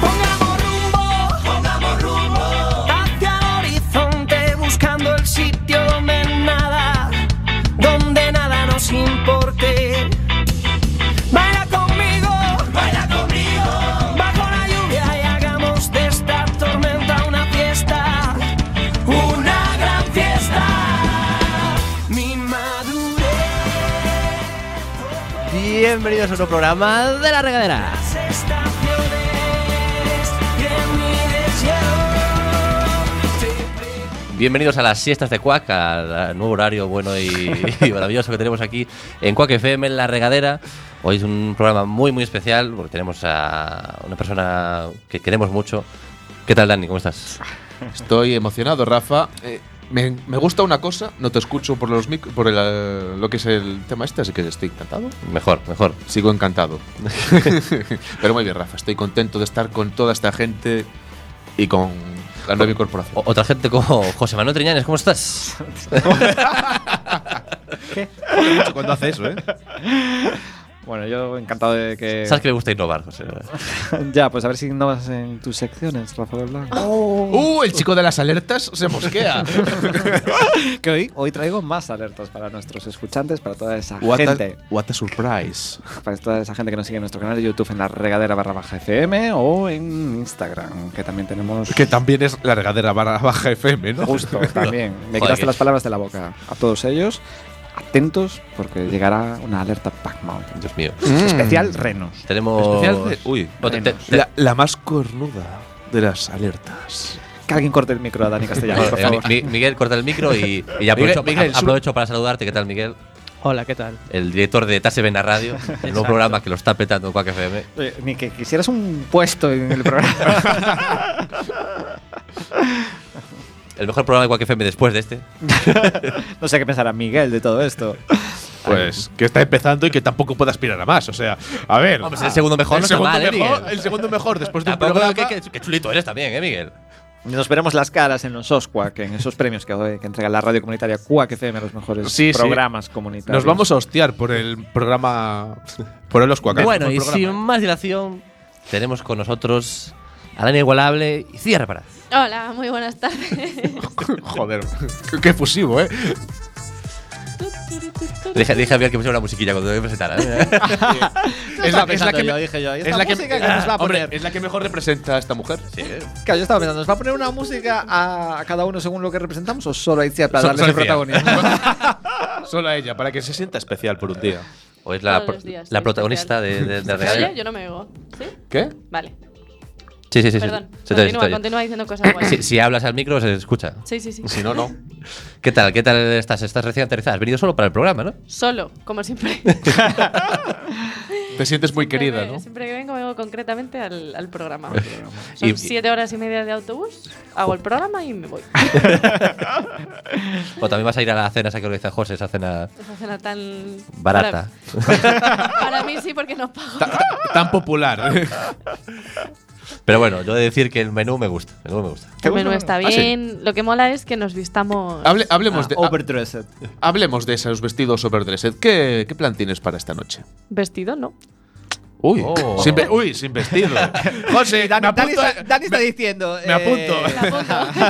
Pongamos rumbo, pongamos rumbo hacia el horizonte buscando el sitio donde nada, donde nada nos importe. Baila conmigo, baila conmigo bajo la lluvia y hagamos de esta tormenta una fiesta, una gran fiesta. Mi madurez Bienvenidos a otro programa de la regadera. estaciones y en mi deseo te Bienvenidos a las siestas de Cuac, al al nuevo horario bueno y, y maravilloso que tenemos aquí en Cuac FM, en la regadera. Hoy es un programa muy, muy especial porque tenemos a una persona que queremos mucho. ¿Qué tal, Dani? ¿Cómo estás? Estoy emocionado, Rafa. Eh, me, me gusta una cosa, no te escucho por los mic- por el, eh, lo que es el tema este, así que estoy encantado. Mejor, mejor. Sigo encantado. Pero muy bien, Rafa, estoy contento de estar con toda esta gente y con la nueva corporación. O- otra gente como José Manuel Triñanes, ¿cómo estás? cuando hace eso, ¿eh? Bueno, yo encantado de que. Sabes que le gusta innovar, José. Ya, pues a ver si innovas en tus secciones, Rafael Blanco. ¡Uh! El chico de las alertas se mosquea. Que hoy, hoy traigo más alertas para nuestros escuchantes, para toda esa what, a, gente. what a surprise. Para toda esa gente que nos sigue en nuestro canal de YouTube en la regadera barra baja FM o en Instagram, que también tenemos. Que también es la regadera barra baja FM, ¿no? Justo, también. Me Joder, quitaste que- las palabras de la boca. A todos ellos, atentos, porque llegará una alerta Pac-Man. Dios mío. Especial Renos. Tenemos. Especial de- uy, Bueno, te- menos. te- más cornuda de las alertas. Que alguien corte el micro a Dani Castellanos, por Eh, favor. Mi- Miguel, corta el micro y, y aprovecho, Miguel, Miguel, a- aprovecho para saludarte. ¿Qué tal, Miguel? Hola, ¿qué tal? El director de Tase Vena Radio, el nuevo programa que lo está petando en Quack FM. Eh, Ni que quisieras un puesto en el programa. El mejor programa de Quack FM después de este. no sé qué pensará Miguel de todo esto. Pues que está empezando y que tampoco puede aspirar a más. O sea, a ver. Hombre, es el segundo mejor, el no está segundo mal, ¿eh, mejor, Miguel? el segundo mejor después de un Tampoco, programa. qué, qué- qué chulito eres también, ¿eh, Miguel? Nos veremos las caras en los Osquak, en esos premios que, que entrega la radio comunitaria Cuac FM a los mejores Sí, sí. programas comunitarios. Nos vamos a hostiar por el programa. Por el Oscuaca. bueno, y Por el sin ¿eh? programa. más dilación, tenemos con nosotros a la inigualable y Cierre Paraz. Hola, muy buenas tardes. Joder, qué fusivo, ¿eh? Dije, dije a Miguel que pusiera una musiquilla cuando me presentara. ¿eh? Es la, es la que, me- dije yo. es la que- Ah, Hombre, es la que mejor representa a esta mujer. Sí, ¿eh? Claro, yo estaba pensando, ¿nos va a poner una música a, a cada uno según lo que representamos o solo a Itziar para Solo- darle solo ese protagonismo? Solo a ella, para que se sienta especial por un día. O es la, Todos pro- los días, la sí, protagonista de, especial. de, de ¿Se Regadera. oye? Yo no me oigo. ¿Sí? ¿Qué? Vale. Sí, sí, sí. sí. Perdón. Se te oye, se te continúa, oye. continúa diciendo cosas guays. Si, si hablas al micro, se escucha. Sí, sí, sí. Si no, no. ¿Qué tal? ¿Qué tal estás? Estás recién aterrizada. Has venido solo para el programa, ¿no? Solo, como siempre. Te sientes muy querida, Siempre- ¿no? Siempre que vengo, vengo concretamente al, al programa. Son Y- siete horas y media de autobús, hago el programa y me voy. O también vas a ir a la cena esa que organiza José, esa cena Esa cena tan... barata. Para, para mí sí, porque no pago. ta- ta- tan popular. Pero bueno, yo he de decir que el menú me gusta. El menú me gusta. El menú está Ah, sí. bien. Lo que mola es que nos vistamos... Hable- hablemos, Ah, de, ha- overdressed. hablemos de esos vestidos overdressed. ¿Qué, ¿Qué plan tienes para esta noche? Vestido, ¿no? Uy, Oh. sin, ve- uy, sin vestido. José, Dani, me apunto Dani a- está, Dani está diciendo. eh, me apunto. La foto.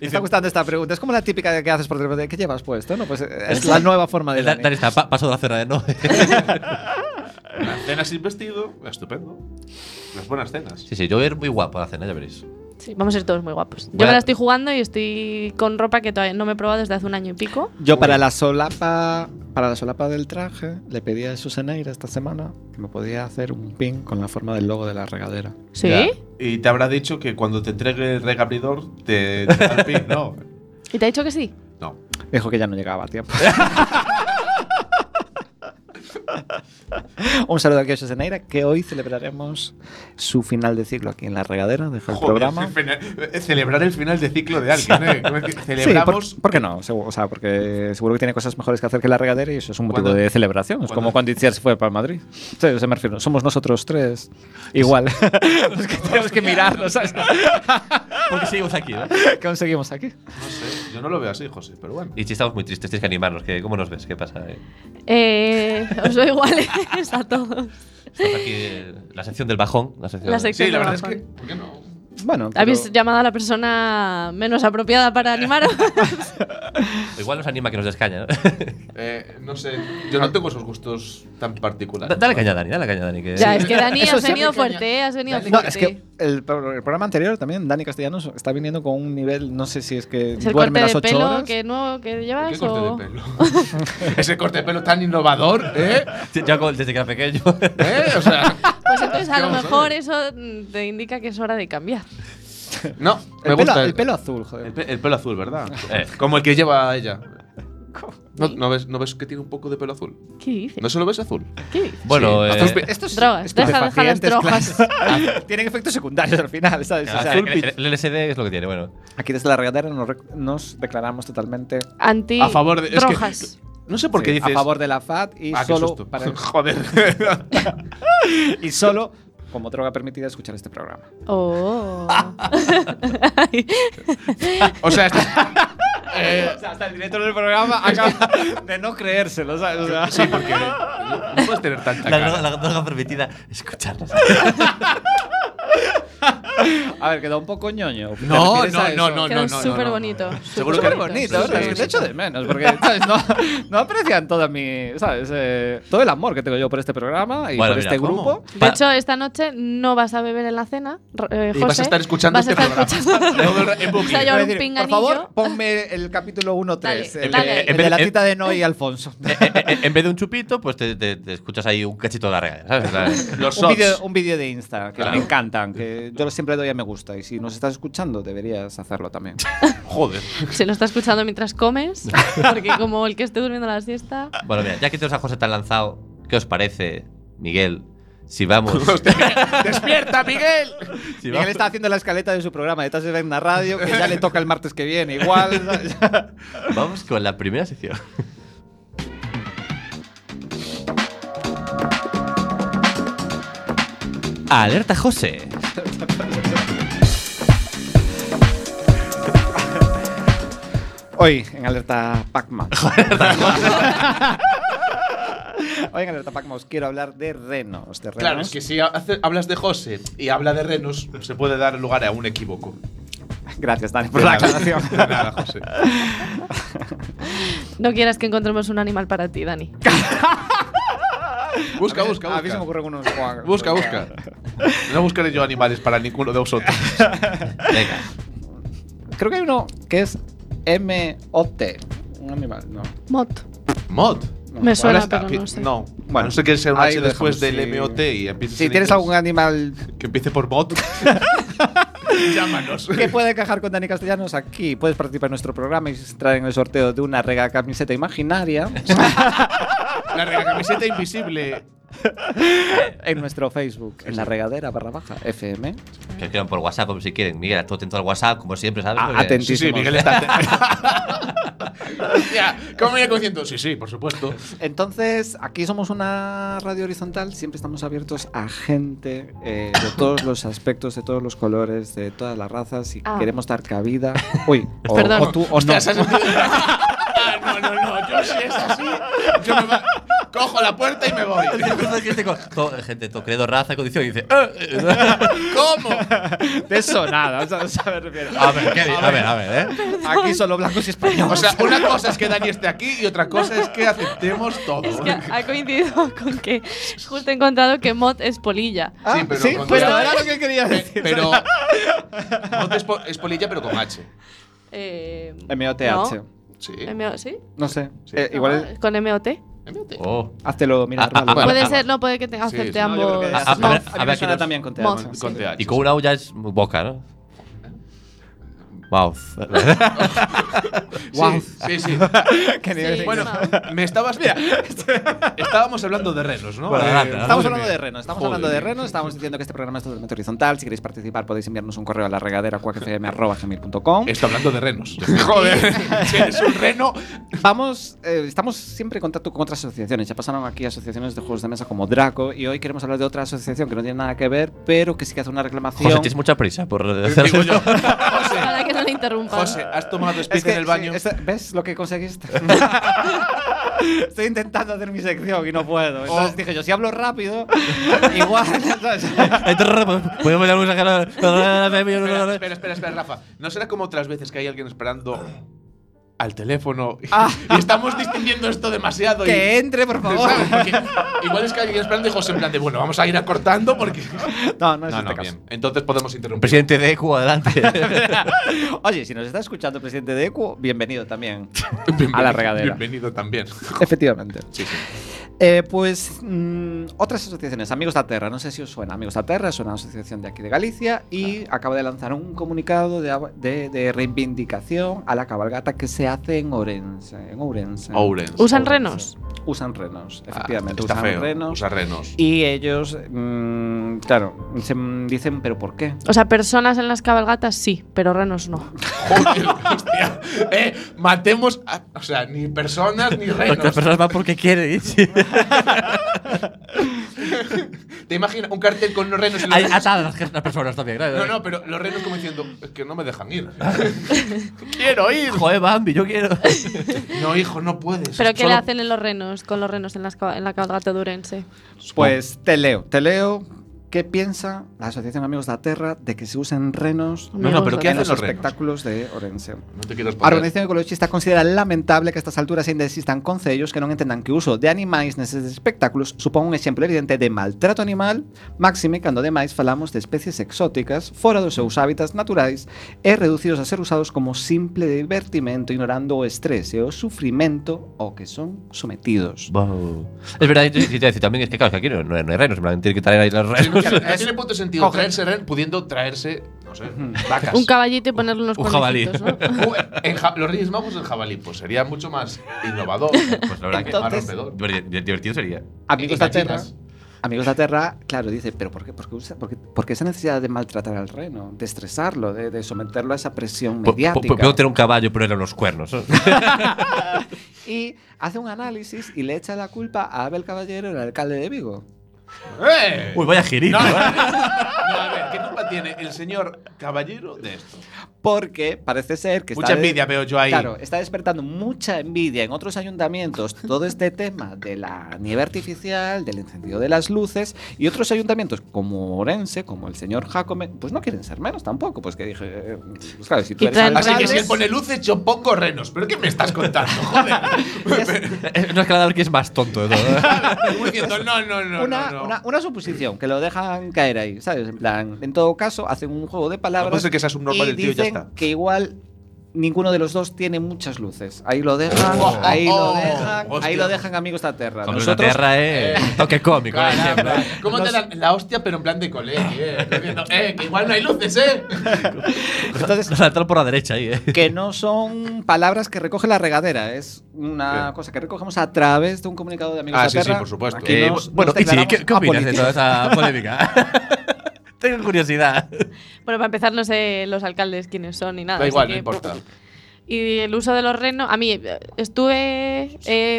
Me está gustando esta pregunta. Es como la típica que haces por teléfono. de, ¿Qué llevas puesto? No, pues eh, es la nueva forma de. El da- Dani. Dani está, pa- paso de la cena de no. Una cena sin vestido, estupendo. Las buenas cenas. sí, sí, yo voy a ir muy guapo a la cena, ya veréis. Sí, vamos a ser todos muy guapos. Yo Bueno. me la estoy jugando y estoy con ropa que todavía no me he probado desde hace un año y pico. Yo para la solapa para la solapa del traje le pedí a Suseneira esta semana que me podía hacer un pin con la forma del logo de la regadera. ¿Sí? Ya. Y te habrá dicho que cuando te entregue el regabridor, te, te da el pin, ¿no? ¿Y te ha dicho que sí? No. Me Dijo que ya no llegaba a tiempo. Un saludo a Kiosho Seneira, que hoy celebraremos su final de ciclo aquí en la regadera. Deja el Joder, programa. ce- fena- eh, celebrar el final de ciclo de alguien, ¿eh? Como que Sí, Celebramos. por, ¿por qué no? Segu- O sea, porque seguro que tiene cosas mejores que hacer que la regadera y eso es un motivo Cuando- de celebración. Es cuando- como cuando Itziar se fue para Madrid. Sí, o sea, me refiero, somos nosotros tres igual. los que tenemos que mirarnos, ¿sabes? Porque seguimos aquí, ¿no? Conseguimos aquí. No sé, yo no lo veo así, José, pero bueno. Y si estamos muy tristes, tienes que animarnos. que- ¿Cómo nos ves? ¿Qué pasa? eh? Eh, os veo iguales a todos. Estamos aquí eh, la sección del bajón. La sección La de- sec- Sí, la verdad es Exacto, que. ¿Por qué no? Bueno, pero- Habéis llamado a la persona menos apropiada para animaros. Igual nos anima que nos des caña. ¿no? Eh, no sé, yo no tengo esos gustos tan Da- particulares. dale caña, Dani, dale caña, Dani. Que... ya, es que Dani, Eso has sí. venido fuerte, ¿eh? has venido No, fuerte. es que el, pro- el programa anterior también, Dani Castellanos, está viniendo con un nivel, no sé si es que es el duerme las corte de 8 pelo horas. que nuevo que ¿Qué llevas corte o de pelo? Ese corte de pelo tan innovador, ¿eh? Sí, Yo hago desde que era pequeño. ¿Eh? O sea, pues entonces a ¿Qué lo vamos a mejor ver? eso mm, te indica que es hora de cambiar. no, me El pelo- gusta. el pelo azul, joder. el pe- el pelo azul, ¿verdad? Eh. Como el que lleva ella. ¿No, no ves, ¿No ves que tiene un poco de pelo azul? ¿Qué dices? ¿No se lo ves azul? ¿Qué dices? Bueno, Sí, eh, azul pe- Esto es, Drogas, es que deja- deja las estupefacientes, drogas. claro. Tienen efectos secundarios al final, ¿sabes? O sea, azul, el, el LSD es lo que tiene, bueno. aquí desde la regadera nos, rec- nos declaramos totalmente Anti A favor de- es que- Rojas. No sé por qué sí, dices. a favor de la FAT y Ah, qué solo susto. para- Joder. y solo como droga permitida escuchar este programa. Oh. o sea, está- Eh, o sea, hasta el director del programa acaba de no creérselo, ¿sabes? O sea, sí, porque no puedes tener tanta La droga, cara. la droga permitida, escucharnos. a ver, queda un poco ñoño. ¿Te No, refieres a no, no, eso? no, Quedan no, no. súper no. bonito. Seguro que Súper era bonito, Sí, ¿sabes? sí, sí. Que te echo de menos, porque ¿sabes? No, no aprecian toda mi, ¿sabes? Eh, todo el amor que tengo yo por este programa y Bueno, por mira, este ¿cómo? grupo. De hecho, esta noche no vas a beber en la cena, r- eh, Y José. vas a estar escuchando Vas a este estar programa. escuchando- Todo el ra- en bucle. Vas a llevar Voy a un decir, por pinganillo. favor, ponme el capítulo 1.3, Dale, el, dale. de- el En de vez- la en- cita de Noé y Alfonso. en vez de un chupito, pues te, te- te escuchas ahí un cachito de la regadera, ¿sabes? O sea, Los un shots. vídeo un vídeo de Insta que Claro. me encantan, que yo siempre doy a me gusta y si nos estás escuchando deberías hacerlo también. Joder. Se lo está escuchando mientras comes, porque como el que esté durmiendo la siesta. Bueno, mira, ya que tenemos a José tan lanzado, ¿qué os parece, Miguel? Si vamos. ¡Despierta, Miguel! si Miguel vamos- está haciendo la escaleta de su programa de Taz en la radio que ya le toca el martes que viene igual. ¿sabes? Vamos con la primera sección. Alerta José. Hoy en alerta Pac-Man. Hoy en alerta Pac-Man os quiero hablar de renos, de renos. Claro, es que si hace- hablas de José y habla de Renus, se puede dar lugar a un equívoco. Gracias, Dani, por la De nada. aclaración. De nada, José. No quieras que encontremos un animal para ti, Dani. Busca, A mí- busca, A mí se me busca. ocurren unos juegos. Busca, busca. No buscaré yo animales para ninguno de vosotros. Venga. Creo que hay uno que es MOT. Un animal, no. Mot. Mod. no. Me suena, Ahora está, pero no pi- sé. No, Bueno, bueno, no sé qué sea un ahí H después dejamos, del sí. MOT y empieza Si en tienes inglés. algún animal que empiece por mod, llámanos. que pueda encajar con Dani Castellanos aquí, puedes participar en nuestro programa y entrar en el sorteo de una rega camiseta imaginaria La rega- camiseta invisible. en nuestro Facebook, en la regadera barra baja FM. Que escriban por WhatsApp o si quieren. Miguel, tú atento al WhatsApp, como siempre, ¿sabes? A- Porque- atentísimo. Sí, sí, Miguel está. Hostia, ¿cómo me consciente? Sí, sí, por supuesto. Entonces, aquí somos una radio horizontal, siempre estamos abiertos a gente eh, de todos los aspectos, de todos los colores, de todas las razas y Ah. queremos dar cabida. Uy, o, Perdón. o tú o no. Hostia, ¿se ha sentido? Ah, no, no, no, yo si es así, yo me va- cojo la puerta y me voy. este Gente, todo credo, raza, condición, y dice. "Eh, eh". ¿Cómo? De eso nada, o sea, o sea, me refiero. A ver, ¿qué di- a ver, a ver, ¿eh? Aquí solo blancos y españoles. O sea, una cosa es que Dani esté aquí y otra cosa es que aceptemos todo. Es que ha coincidido con que justo he encontrado que Mot es polilla. Ah, Sí, pero sí, con- pues era lo que quería decir. Pero. Monte es, po- es polilla, pero con H. Eh, MOTH. no. Sí. M.O. ¿Sí? No sé. Sí. Eh, igual, No, Con MOT. MOT. Oh. háztelo mirar. Ah, ah, vale. Puede ah, ser, no, puede que te acepte sí, no, yo creo ambos. que A- a- a Pues, no, ver, mí a ver, me suena aquí nos- también con TH. Mod. Con TH. Y con una olla es boca, ¿no? Wow. Wow. Sí, sí. sí. ¿Qué nivel Sí, de- bueno, Mau. me estabas. Mira, estábamos hablando de renos, ¿no? Bueno, Eh, adelante, madre Estamos hablando mía. de renos, estamos Joder. hablando de renos, estamos diciendo que este programa es totalmente horizontal. Si queréis participar, podéis enviarnos un correo a la regadera cuacfm.com. Está hablando de renos. Joder, si eres un reno. Vamos, eh, estamos siempre en contacto con otras asociaciones. Ya pasaron aquí asociaciones de juegos de mesa como Draco y hoy queremos hablar de otra asociación que no tiene nada que ver, pero que sí que hace una reclamación. José, tienes mucha prisa por hacer Digo yo, esto. José, Para que no le interrumpa. José, has tomado speed Es que, en el baño. sí, esa- ¿Ves lo que conseguiste? Estoy intentando hacer mi sección y no puedo. Entonces Oh. dije yo, si hablo rápido, igual. ¿sabes? Podemos dar un espera, sagrado. espera, espera, espera, Rafa. ¿No será como otras veces que hay alguien esperando al teléfono y, Ah. y estamos distinguiendo esto demasiado? y- que entre, por favor. ¿sabes? Porque igual es que hay alguien esperando y José en plan de, bueno, vamos a ir acortando porque… No, no es No, este no, caso. bien. Entonces podemos interrumpir. Presidente de ECU, adelante. Oye, si nos está escuchando el presidente de ECU, bienvenido también a la regadera. Bienvenido también. Efectivamente. Sí, sí. Eh, pues mm, otras asociaciones, Amigos de Terra, no sé si os suena. Amigos de Terra es una asociación de aquí de Galicia y acaba de lanzar un comunicado de, agua- de- de reivindicación a la cabalgata que se hace en Ourense. En Ourense. Ourense. ¿Usan Ourense. renos? Usan renos, Ah, efectivamente. está usan feo. renos. Usa renos. Y ellos, mm, claro, se mm, dicen, pero ¿por qué? O sea, personas en las cabalgatas sí, pero renos no. Joder, hostia. Eh, matemos a- O sea, ni personas ni Las renos. personas van porque quieren. ¿Te imaginas un cartel con los renos y los Hay renos? atadas las personas también. claro. No, no, pero los renos como diciendo, es que no me dejan ir. quiero ir. Joder, Bambi, yo quiero. No, hijo, no puedes. ¿Pero qué Solo- le hacen en los renos, con los renos en, las caba- en la cabalgata durense? Pues te leo, te leo. ¿Qué piensa la Asociación Amigos de Terra de que se usen renos No, no, pero ¿qué hacen en los los renos? espectáculos de Orense? No te quieras A poner. organización ecologista considera lamentable que a estas alturas ainda existan concellos que non entendan que o uso de animais neses espectáculos supón un exemplo evidente de maltrato animal, máxime cando ademais falamos de especies exóticas fora dos seus hábitats naturais e reducidos a ser usados como simple divertimento ignorando o estrés e o sufrimento ao que son sometidos. Es verdad, yo, yo te iba a decir también, es que claro, es que aquí no, no hay no hay renos, en plan, tienen que traer ahí los Sí, no, renos. claro, no tiene punto sentido este- Coge. traerse renos pudiendo traerse, no sé, vacas. Un caballito y ponerle unos un jabalí. cuernecitos, ¿no? O en ja- los Reyes Magos en jabalí, pues sería mucho más innovador. Pues la verdad Entonces- más rompedor. que divert- divertido sería. Amigos Y da Terra. gallinas. Amigos da Terra, claro, dice, pero ¿por qué, por qué usa- por qué- por qué esa necesidad de maltratar al reno, de estresarlo, de, de someterlo a esa presión Pu- pu- mediática? Puedo tener un caballo y ponerle unos cuernos. ¿no? Y hace un análisis y le echa la culpa a Abel Caballero, el alcalde de Vigo. ¡Eh! Uy, vaya girito. No, no, ¿eh? a ver, ¿qué culpa tiene el señor caballero de esto? Porque parece ser que Mucha está de- envidia veo yo ahí. Claro, está despertando mucha envidia en otros ayuntamientos todo este tema de la nieve artificial, del encendido de las luces y otros ayuntamientos como Orense, como el señor Jacome, pues no quieren ser menos tampoco, pues que dije, eh, pues claro, si tú Y eres traen Así que si alcalde- él pone luces, yo pongo renos. ¿Pero qué me estás contando? Joder. Eh, Es una escalada que es más tonto de todo. ¿eh? Como diciendo, no, no, no. no, una, no. una- una suposición, que lo dejan caer ahí, ¿sabes? En plan, en todo caso, hacen un juego de palabras. No puede ser que sea subnormal y el tío y ya dicen está. Que igual ninguno de los dos tiene muchas luces. Ahí lo dejan, Oh, ahí oh, lo dejan, hostia. ahí lo dejan amigos de Terra. Con una Nosotros tierra, eh. un Toque cómico. eh, siempre. Caramba, ¿Cómo te dan la hostia, pero en plan de colegio? Eh, Diciendo, eh, que igual no hay luces, eh. Entonces- Nos saltaron por la derecha ahí, eh. que no son palabras que recoge la regadera, es una Sí. cosa que recogemos a través de un comunicado de amigos Ah, de sí, sí, Terra. por supuesto. Aquí Eh, nos- bueno, nos Ichi, declaramos ¿qué, qué opinas de apolíticos. toda esa polémica? Tengo curiosidad. Bueno, para empezar, no sé los alcaldes quiénes son ni nada. Da así igual, que- no importa. pues, Y el uso de los renos. A mí, eh, estuve eh,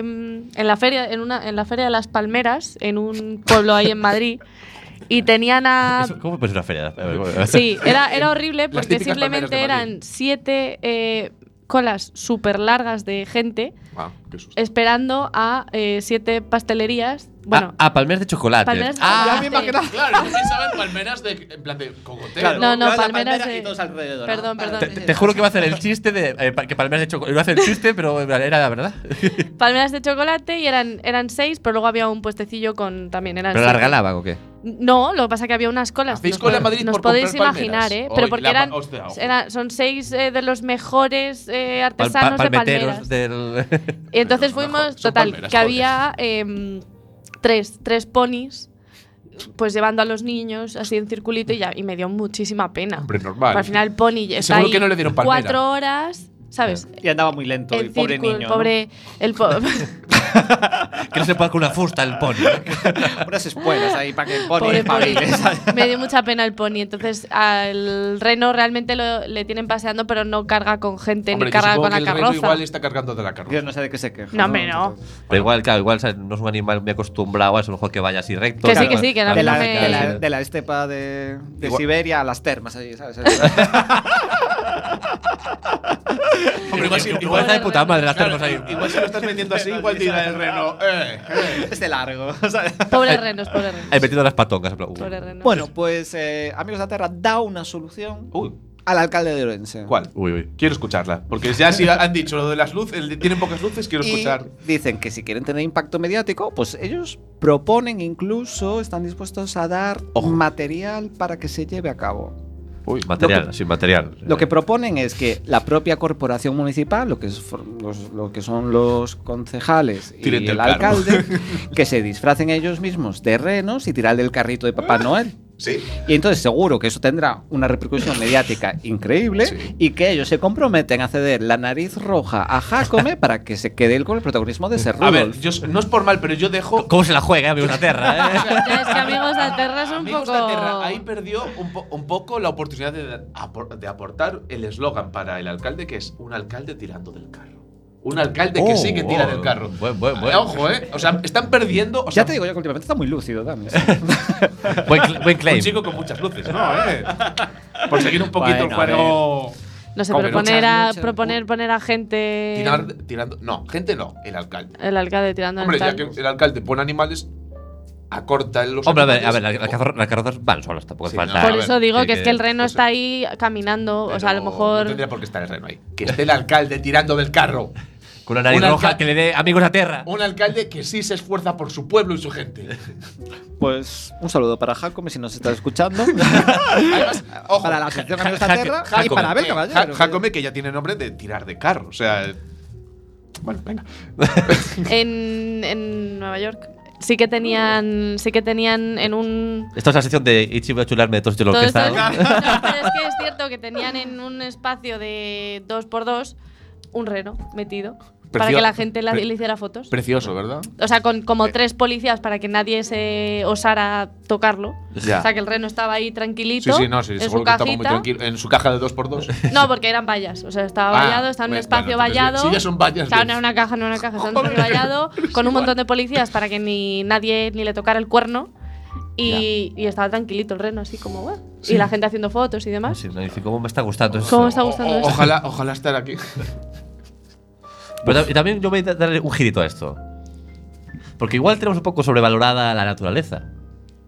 en, la feria, en, una, en la Feria de las Palmeras, en un pueblo ahí en Madrid, y tenían a. Eso- ¿Cómo puede ser una feria? A ver, bueno. Ah. Sí, era, era horrible porque típicas simplemente palmeras de Madrid. eran siete eh, colas súper largas de gente Ah, qué susto. esperando a eh, siete pastelerías. Bueno, ah, ah, palmeras de chocolate. Palmeras de ah, Ya me imaginaba. Claro, yo pensaba en palmeras de. En plan de cogotero. Claro, No, no, la palmeras palmera de- y todos alrededor. Perdón, perdón. te, te juro que va a hacer el chiste de eh, pa- que palmeras de chocolate. Iba a hacer el chiste, pero en realidad era la verdad. palmeras de chocolate y eran, eran seis, pero luego había un puestecillo con también eran ¿Pero la siete. regalaban o qué? No, lo que pasa es que había unas colas. ¿Hacéis Nos cola pod- en Madrid Nos por podéis comprar imaginar, palmeras? ¿eh? Hoy, Pero porque la- eran, hostia, ojo. era- son seis eh, de los mejores eh, Pal- artesanos pal- de palmeteros palmeras. del. Y entonces Pero no, fuimos, son total, palmeras, que joder. había em, tres, tres ponis pues llevando a los niños así en circulito y, ya, y me dio muchísima pena. Hombre, normal. Al final el Pony está Seguro ahí que no le dieron palmera. cuatro horas, ¿sabes? Y andaba muy lento el, En pobre círculo, niño. ¿no? pobre- el po- Que no se pueda con una fusta el pony. Unas espuelas ahí para que el pony Pobre pony. espabile, ¿sabes? Me dio mucha pena el pony. Entonces, al reno realmente lo, le tienen paseando, pero no carga con gente Hombre, ni yo carga supongo con que la el reno carroza. igual está cargando de la carroza. Yo no sé de qué se queja. No, hombre, no. Pero igual, claro, igual ¿sabes? no es un animal muy acostumbrado a eso, a lo mejor que vaya así recto. Que sí, tal, que sí, que tal, De la, no me- de la- tal. de la estepa de, de Igual- Siberia a las termas, ahí, ¿sabes? Hombre, igual, sí, igual está de puta madre las termas ahí. Igual si lo estás vendiendo así, igual te dirá el reno. Eh, eh. este largo, ¿sabes? Pobres renos, pobres Ahí renos. metido las patongas. en plan, uh. Pobres renos. Bueno, pues eh, Amigos de la Tierra da una solución Uy, al alcalde de Orense. ¿cuál? Uy, uy. Quiero escucharla. Porque ya si han dicho lo de las luces, el de tienen pocas luces, quiero Y escuchar. dicen que si quieren tener impacto mediático, pues ellos proponen incluso, están dispuestos a dar Ojo. material para que se lleve a cabo. Uy, Material, Lo que- sin material. Lo que proponen es que la propia corporación municipal, lo que, es for- los- lo que son los concejales y Tiren el del carro. alcalde, que se disfracen ellos mismos de renos y tirar del carrito de Papá Noel. Sí. Y entonces seguro que eso tendrá una repercusión mediática increíble Sí. y que ellos se comprometen a ceder la nariz roja a Jacome para que se quede él con el protagonismo de ser a ver, Rudolph. yo, no es por mal, pero yo dejo. ¿Cómo se la juega, eh, amigo de la tierra? eh? Ya, es que amigos de Terra son un Amigos poco. de Terra, ahí perdió un, po- un poco la oportunidad de, apor- de aportar el eslogan para el alcalde, que es un alcalde tirando del carro. Un alcalde que Oh, sí que tira oh, del carro. buen, buen, buen. Eh, Ojo, ¿eh? O sea, están perdiendo. O sea, ya te digo yo que últimamente está muy lúcido, Dani. Buen, cl- buen un claim. chico con muchas luces, ¿no? ¿Eh? Por seguir un poquito Bueno, el a juego. No sé, Hombre, proponer, muchas, a, muchas. proponer poner a gente. Eh. Tirar- tirando. No, gente no, el alcalde. El Eh, alcalde tirando Hombre, el ya tal. que eh, el alcalde pone animales, acorta los. Hombre, a ver, a ver, animales. las carrozas, las carrozas van solas, tampoco Sí, es falta. no. Por a ver, eso digo sí que es que el que- reno pues- está ahí caminando. o sea, a lo Pero No mejor. tendría por qué estar el reno ahí. Que esté el alcalde tirando del carro. Con una nariz Una roja alca- que le dé amigos a tierra. Un alcalde que sí se esfuerza por su pueblo y su gente. Pues un saludo para Jacome si nos estás escuchando. Además, ojo, para la Asociación Amigos de la Jacome- Tierra y Jacome, para Abel eh, Caballero. Ja- Jacome, que ya tiene nombre de tirar de carro. O sea. eh, Bueno, venga. En, en Nueva York sí que tenían. Sí que tenían en un. Esto es la sección de Ichi voy a chularme de todos los que Todo esto están. es- No, pero es que es cierto que tenían en un espacio de 2x2 un reno metido para Precio- que la gente la- pre- le hiciera fotos. Precioso, ¿verdad? O sea, con como tres policías para que nadie se osara tocarlo. Ya. O sea, que el reno estaba ahí tranquilito. Sí, sí, no, sí, en seguro su que estaba muy cajita. tranquilo. En su caja de 2x2. No, porque eran vallas. O sea, estaba Ah, vallado, estaba en un bueno, espacio bueno, entonces, vallado. si ya son vallas, Claro, bien. no era una caja, no era una caja, estaba en un espacio vallado, con un montón de policías para que ni nadie ni le tocara el cuerno. Y, y estaba tranquilito el reno, así como, "Buah". Y la gente haciendo fotos y demás. Ah, Sí, no, dice, ¿Cómo me está gustando esto? ¿Cómo me está gustando O- esto? ojalá, ojalá estar aquí. Pero ta- y también yo voy a darle un girito a esto. Porque igual tenemos un poco sobrevalorada la naturaleza.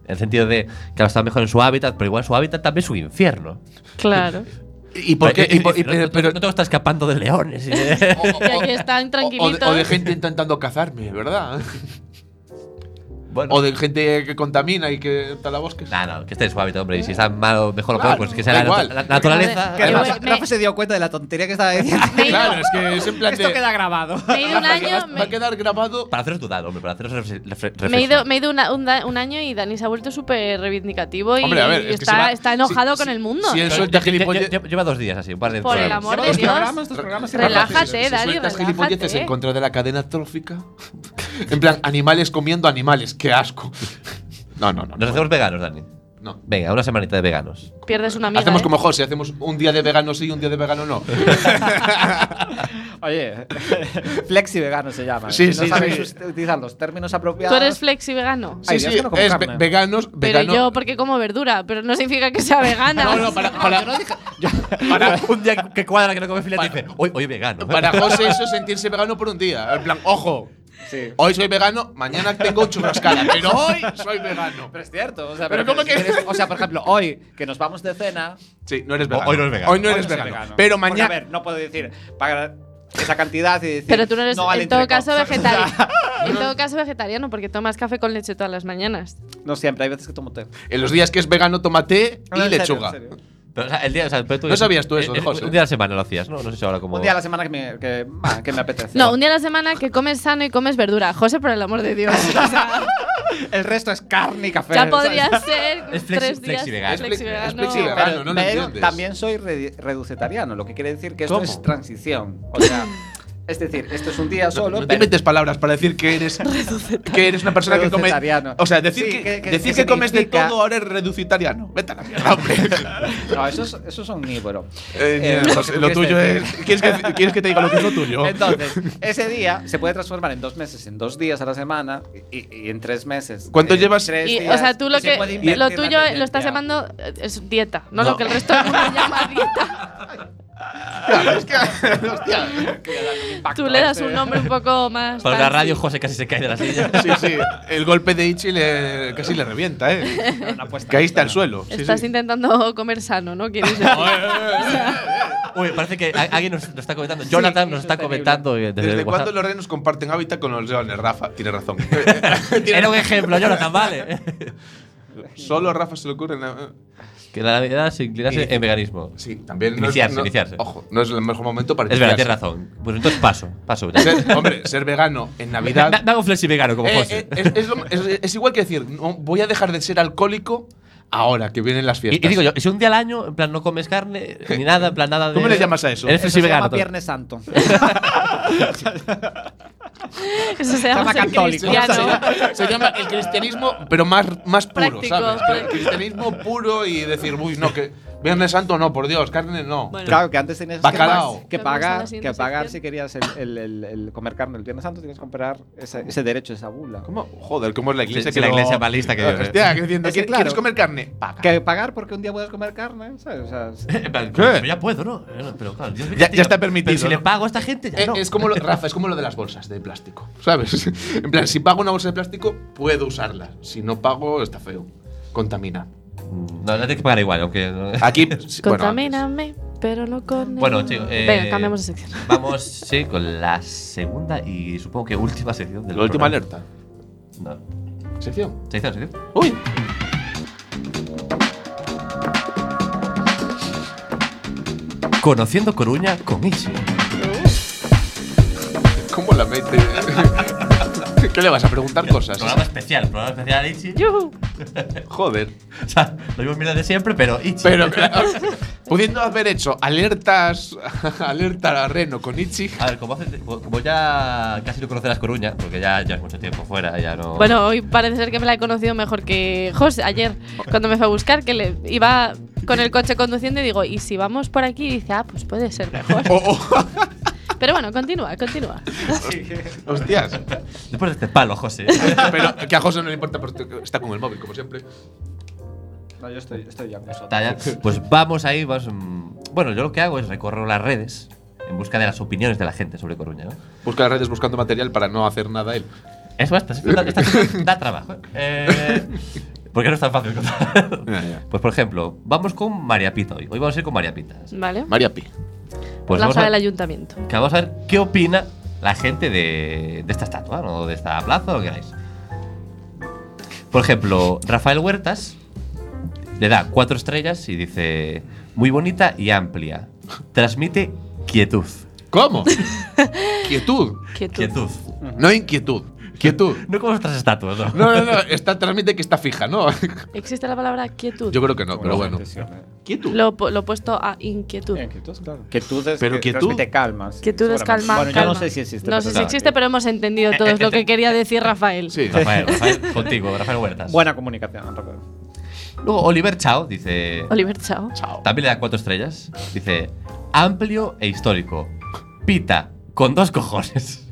En el sentido de, claro, está mejor en su hábitat, pero igual su hábitat también es su infierno. Claro. ¿Y por qué? Pero- Y por- y- no- no, pero- pero- no todo está escapando de leones. y de- o- Y o- aquí están o- o de- tranquilitos. o de gente intentando cazarme, ¿verdad? bueno, O de gente que contamina y que talabosques. no, no, que esté en su hábitat, hombre. Y si está mal o mejor o peor, pues que sea da la, natu- igual. la naturaleza. Que Yo Rafa, me- Rafa se dio cuenta de la tontería que estaba diciendo. Me he ido- Claro, es que es en plan Esto de- queda grabado. me he ido un Va año. a- va a me- quedar grabado. Para haceros dudar, hombre, para haceros refle- refle- Me he ido, reflexionar. me he ido una- un, da- un año y Dani se ha vuelto súper reivindicativo y, Hombre, a ver, y es que se está, va- está enojado si- con si- el mundo. si el Pero suelta lle- lle- gilipolle- lle- Lleva dos días así, un par de Por el programas. amor de Dos Dios. programas, dos programas. Re- Relájate, Si Dani, sueltas relájate. ¿eh? gilipolleces en contra de la cadena trófica. en plan, animales comiendo animales, qué asco. No, no, no. Nos hacemos veganos, Dani. no. Venga, una semanita de veganos. Pierdes una amiga. hacemos ¿eh? como José, hacemos un día de vegano sí y un día de vegano no. Oye, flexi vegano se llama. Sí, no sí, sabéis sí. utilizar los términos Tú apropiados. eres flexi vegano. Ay, sí, Dios, sí, que no como es carne. ve- veganos, Pero vegano. yo porque como verdura, pero no significa que sea vegana. no, no, para, para, Para un día que cuadra que no come filete dice, hoy, hoy vegano. para José eso es sentirse vegano por un día. En plan, ojo, Sí. hoy soy vegano, mañana tengo churrascada, pero hoy soy vegano. Pero es cierto. O sea, Pero ¿cómo si que- quieres- O sea, por ejemplo, hoy que nos vamos de cena. Sí, no eres O- vegano. hoy no eres vegano. Hoy no hoy eres soy vegano. vegano. Pero Porque, mañana. a ver, no puedo decir pagar esa cantidad y decir. Pero tú no eres, al en todo entrecot, caso, ¿sabes? vegetariano. en todo caso, vegetariano, porque tomas café con leche todas las mañanas. No siempre, hay veces que tomo té. En los días que es vegano, tomate No, y en serio, lechuga. en serio. Pero, o sea, el día, o sea, pero tú- No sabías tú eso, eh, eh, José. Un día a la semana lo hacías, ¿no? No sé si ahora como. Un día a la semana que me, que, va, que me apetece. No, un día a la semana que comes sano y comes verdura. José, por el amor de Dios. O sea, El resto es carne y café. Ya ¿sabes? podría ser Es flexi- tres días flexivegano. Es flexi- flexivegano. es flexivegano. Pero, Vegano, no lo pero entiendes. también soy re- reducetariano, lo que quiere decir que esto ¿Cómo? es transición. O sea, es decir, esto es un día solo. No te pero- inventes palabras para decir que eres que eres una persona que come Reducetariano. o sea decir Sí, que, que- que- decir que que comes de significa- todo ahora eres reducitariano vete a la mierda hombre No, eso es, eso es omnívoro. Eh, Eh, no sé, lo ¿qué tuyo decir? es ¿quieres que, quieres que te diga lo que es lo tuyo Entonces, ese día se puede transformar en dos meses, en dos días a la semana y, y en tres meses. ¿Cuánto en llevas? tres Y, o días, sea, tú lo y se que puede invertir lo la tuyo lo tendencia. estás llamando eh, es dieta, no, No. lo que el resto del mundo llama dieta. Claro, es que hostia Tú le das un nombre un poco más. Para la fancy. radio, José casi se cae de la silla. sí sí el golpe de Ichi le, casi le revienta eh Una apuesta. caíste al suelo sí, Estás sí. intentando comer sano, ¿no? Quieres decir. Uy, parece que a- alguien nos, nos está comentando. Jonathan nos está insostenible. comentando. eh, Desde ¿Desde WhatsApp. cuándo los renos comparten hábitat con los leones? Rafa, tiene razón. Era un ejemplo, Jonathan, vale. Solo a Rafa se le ocurren. eh, que la Navidad se inclinase en veganismo. Sí, también. no es- Iniciarse, no- iniciarse. Ojo, no es el mejor momento para Es verdad, iniciarse. tienes razón. Pues entonces paso, paso. ya. Ser- hombre, ser vegano en Da- Navidad. da- Dame un flexi vegano como Eh, José. eh, es, es lo- es- es igual que decir, no, voy a dejar de ser alcohólico ahora que vienen las fiestas. Y, y digo yo, si un día al año, en plan, no comes carne ni nada, en plan, nada de. ¿Cómo le llamas a eso? Eres Eso flexi se vegano. llama todo. Viernes Santo. Eso se llama llama ser católico. se, cristiano. llama, se llama el cristianismo, pero más, más puro, Práctico, ¿sabes? práctico. El cristianismo puro y decir, uy, no, que Viernes Santo no, por Dios, carne no. Bueno. Claro, que antes tenías que Bacalao. pa- que, Vamos a la pagar, siguiente que pagar sección. si querías el, el- el- el comer carne el Viernes Santo, tienes que comprar ese, ese derecho, esa bula. ¿Cómo? Joder, ¿cómo es la iglesia? Sí, sí, la no- Ah, iglesia más lista que yo, eh. Hostia, que diciendo, Es que "¿Qui- claro. ¿quieres comer carne? Paga. Que pagar porque un día puedes comer carne, ¿sabes? O sea, es- En plan, ¿Qué? pero ya puedo, ¿no? Eh, no, Pero claro, Dios mío, Ya- ya tío, está permitido, pero si ¿no? le pago a esta gente, ya Eh, no. Es como lo, Rafa, es como lo de las bolsas de plástico, ¿sabes? En plan, si pago una bolsa de plástico, puedo usarla. Si no pago, está feo. Contamina. Mm, No, no tienes que pagar igual, aunque. no- Aquí. Contamíname, pero no con. Bueno, chico. eh, Mm, Venga, cambiamos de sección. Vamos, sí, con la segunda y supongo que última sección del La última programa. alerta. No. Sección. ¿Sección, sección? Uy. Conociendo Coruña con Ishi. ¿Cómo la mete? ¿Qué le vas a preguntar cosas? Programa especial, programa especial Ichi. Yuhu. Joder. O sea, lo mismo mierda de siempre, pero Ichi. Pero claro, pudiendo haber hecho alertas, alerta a Reno con Ichi. A ver, como, hace- como ya casi no conocerás Coruña, porque ya ya es mucho tiempo fuera, ya no. Bueno, hoy parece ser que me la he conocido mejor que José ayer, cuando me fue a buscar, que le iba con el coche conduciendo y digo, ¿y si vamos por aquí? Y dice, ah, pues puede ser mejor. Oh, oh. Pero bueno, continúa, continúa. Hostias. Después de este palo, José. Pero que a José no le importa porque está con el móvil, como siempre. no, yo estoy, estoy ya con eso. Talla. Pues vamos ahí, vamos. mm, Bueno, yo lo que hago es recorro las redes en busca de las opiniones de la gente sobre Coruña, ¿no? Busca las redes buscando material para no hacer nada él. Es más, esta sección da, esta sección da trabajo. ¿eh? Eh, porque no es tan fácil contar. Ya, ya. Pues por ejemplo, vamos con María Pita hoy. Hoy vamos a ir con María Pita. ¿Vale? María Pi. Pues vamos Plaza a, del Ayuntamiento. que vamos a ver qué opina la gente de, de esta estatua, ¿no? De esta plaza, lo que queráis. Por ejemplo, Rafael Huertas le da cuatro estrellas y dice: Muy bonita y amplia. Transmite quietud. ¿Cómo? Quietud. Quietud. Quietud. No inquietud. Quietud. No como otras estatuas, ¿no? No, no, no. Esta transmite que está fija, ¿no? ¿Existe la palabra quietud? Yo creo que no, pero bueno. ¿eh? Quietud. Lo, po- lo opuesto a inquietud. Eh, Quietud, claro. Quietud es Pero que quietud- transmite calmas. Quietud es seguramente. calma. Bueno, yo calma. no sé si existe. No pero sé si claro. existe, pero hemos entendido Eh, todos eh, lo eh. que quería decir Rafael. Sí. Rafael, Rafael, contigo, Rafael Huertas. Buena comunicación, Rafael. Luego, Oliver Chao dice: Oliver, chao. Chao. También le da cuatro estrellas. Dice, amplio e histórico. Pita, con dos cojones.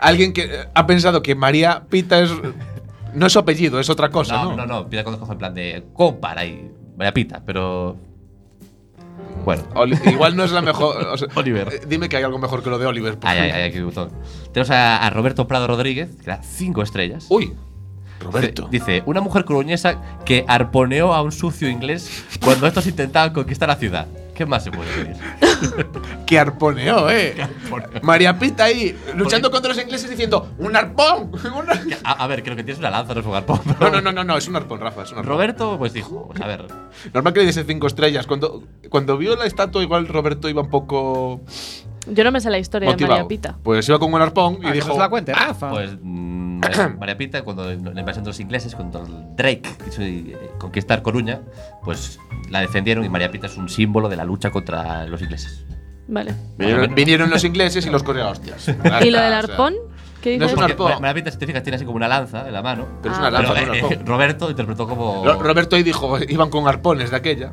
Alguien que eh, ha pensado que María Pita es. No es su apellido, es otra cosa, No, ¿no? no, no, pita con dos cojones en plan de compara y vaya pita, pero... Bueno. Oli- Igual no es la mejor. o sea, Oliver. eh, Dime que hay algo mejor que lo de Oliver. por Ay, ay, ejemplo. ay, qué botón. Tenemos a, a Roberto Prado Rodríguez, que da cinco estrellas. Uy, Dice- Roberto. Dice, una mujer coruñesa que arponeó a un sucio inglés cuando estos intentaban conquistar la ciudad. ¿Qué más se puede pedir? Que arponeó, ¿eh? María Pita ahí, luchando contra los ingleses diciendo: ¡Un arpón! ¡Un ar-". A, a ver, creo que tienes una lanza, no es un arpón. No, pero- no, no, no, no, es un arpón, Rafa, es un arpón. Roberto, pues dijo, pues, a ver, Normal que le diese cinco estrellas. Cuando, cuando vio la estatua, igual Roberto iba un poco Yo no me sé la historia de motivado. María Pita. Pues iba con un arpón y Ah, que dijo. nos la cuente, "Ah, Rafa. Pues mm, María, María Pita, cuando la invasión de los ingleses, cuando el Drake quiso eh, conquistar Coruña, pues la defendieron y María Pita es un símbolo de la lucha contra los ingleses. Vale. Vinieron, vinieron los ingleses y los coreanos, hostias. ¿Y lo del arpón? ¿Qué Ah, no dices? es un Porque arpón. Ma- María Pita, si te fijas, tiene así como una lanza en la mano. Pero es Ah. una lanza, Pero, no un eh, arpón. Roberto interpretó como. Ro- Roberto ahí dijo, iban con arpones de aquella.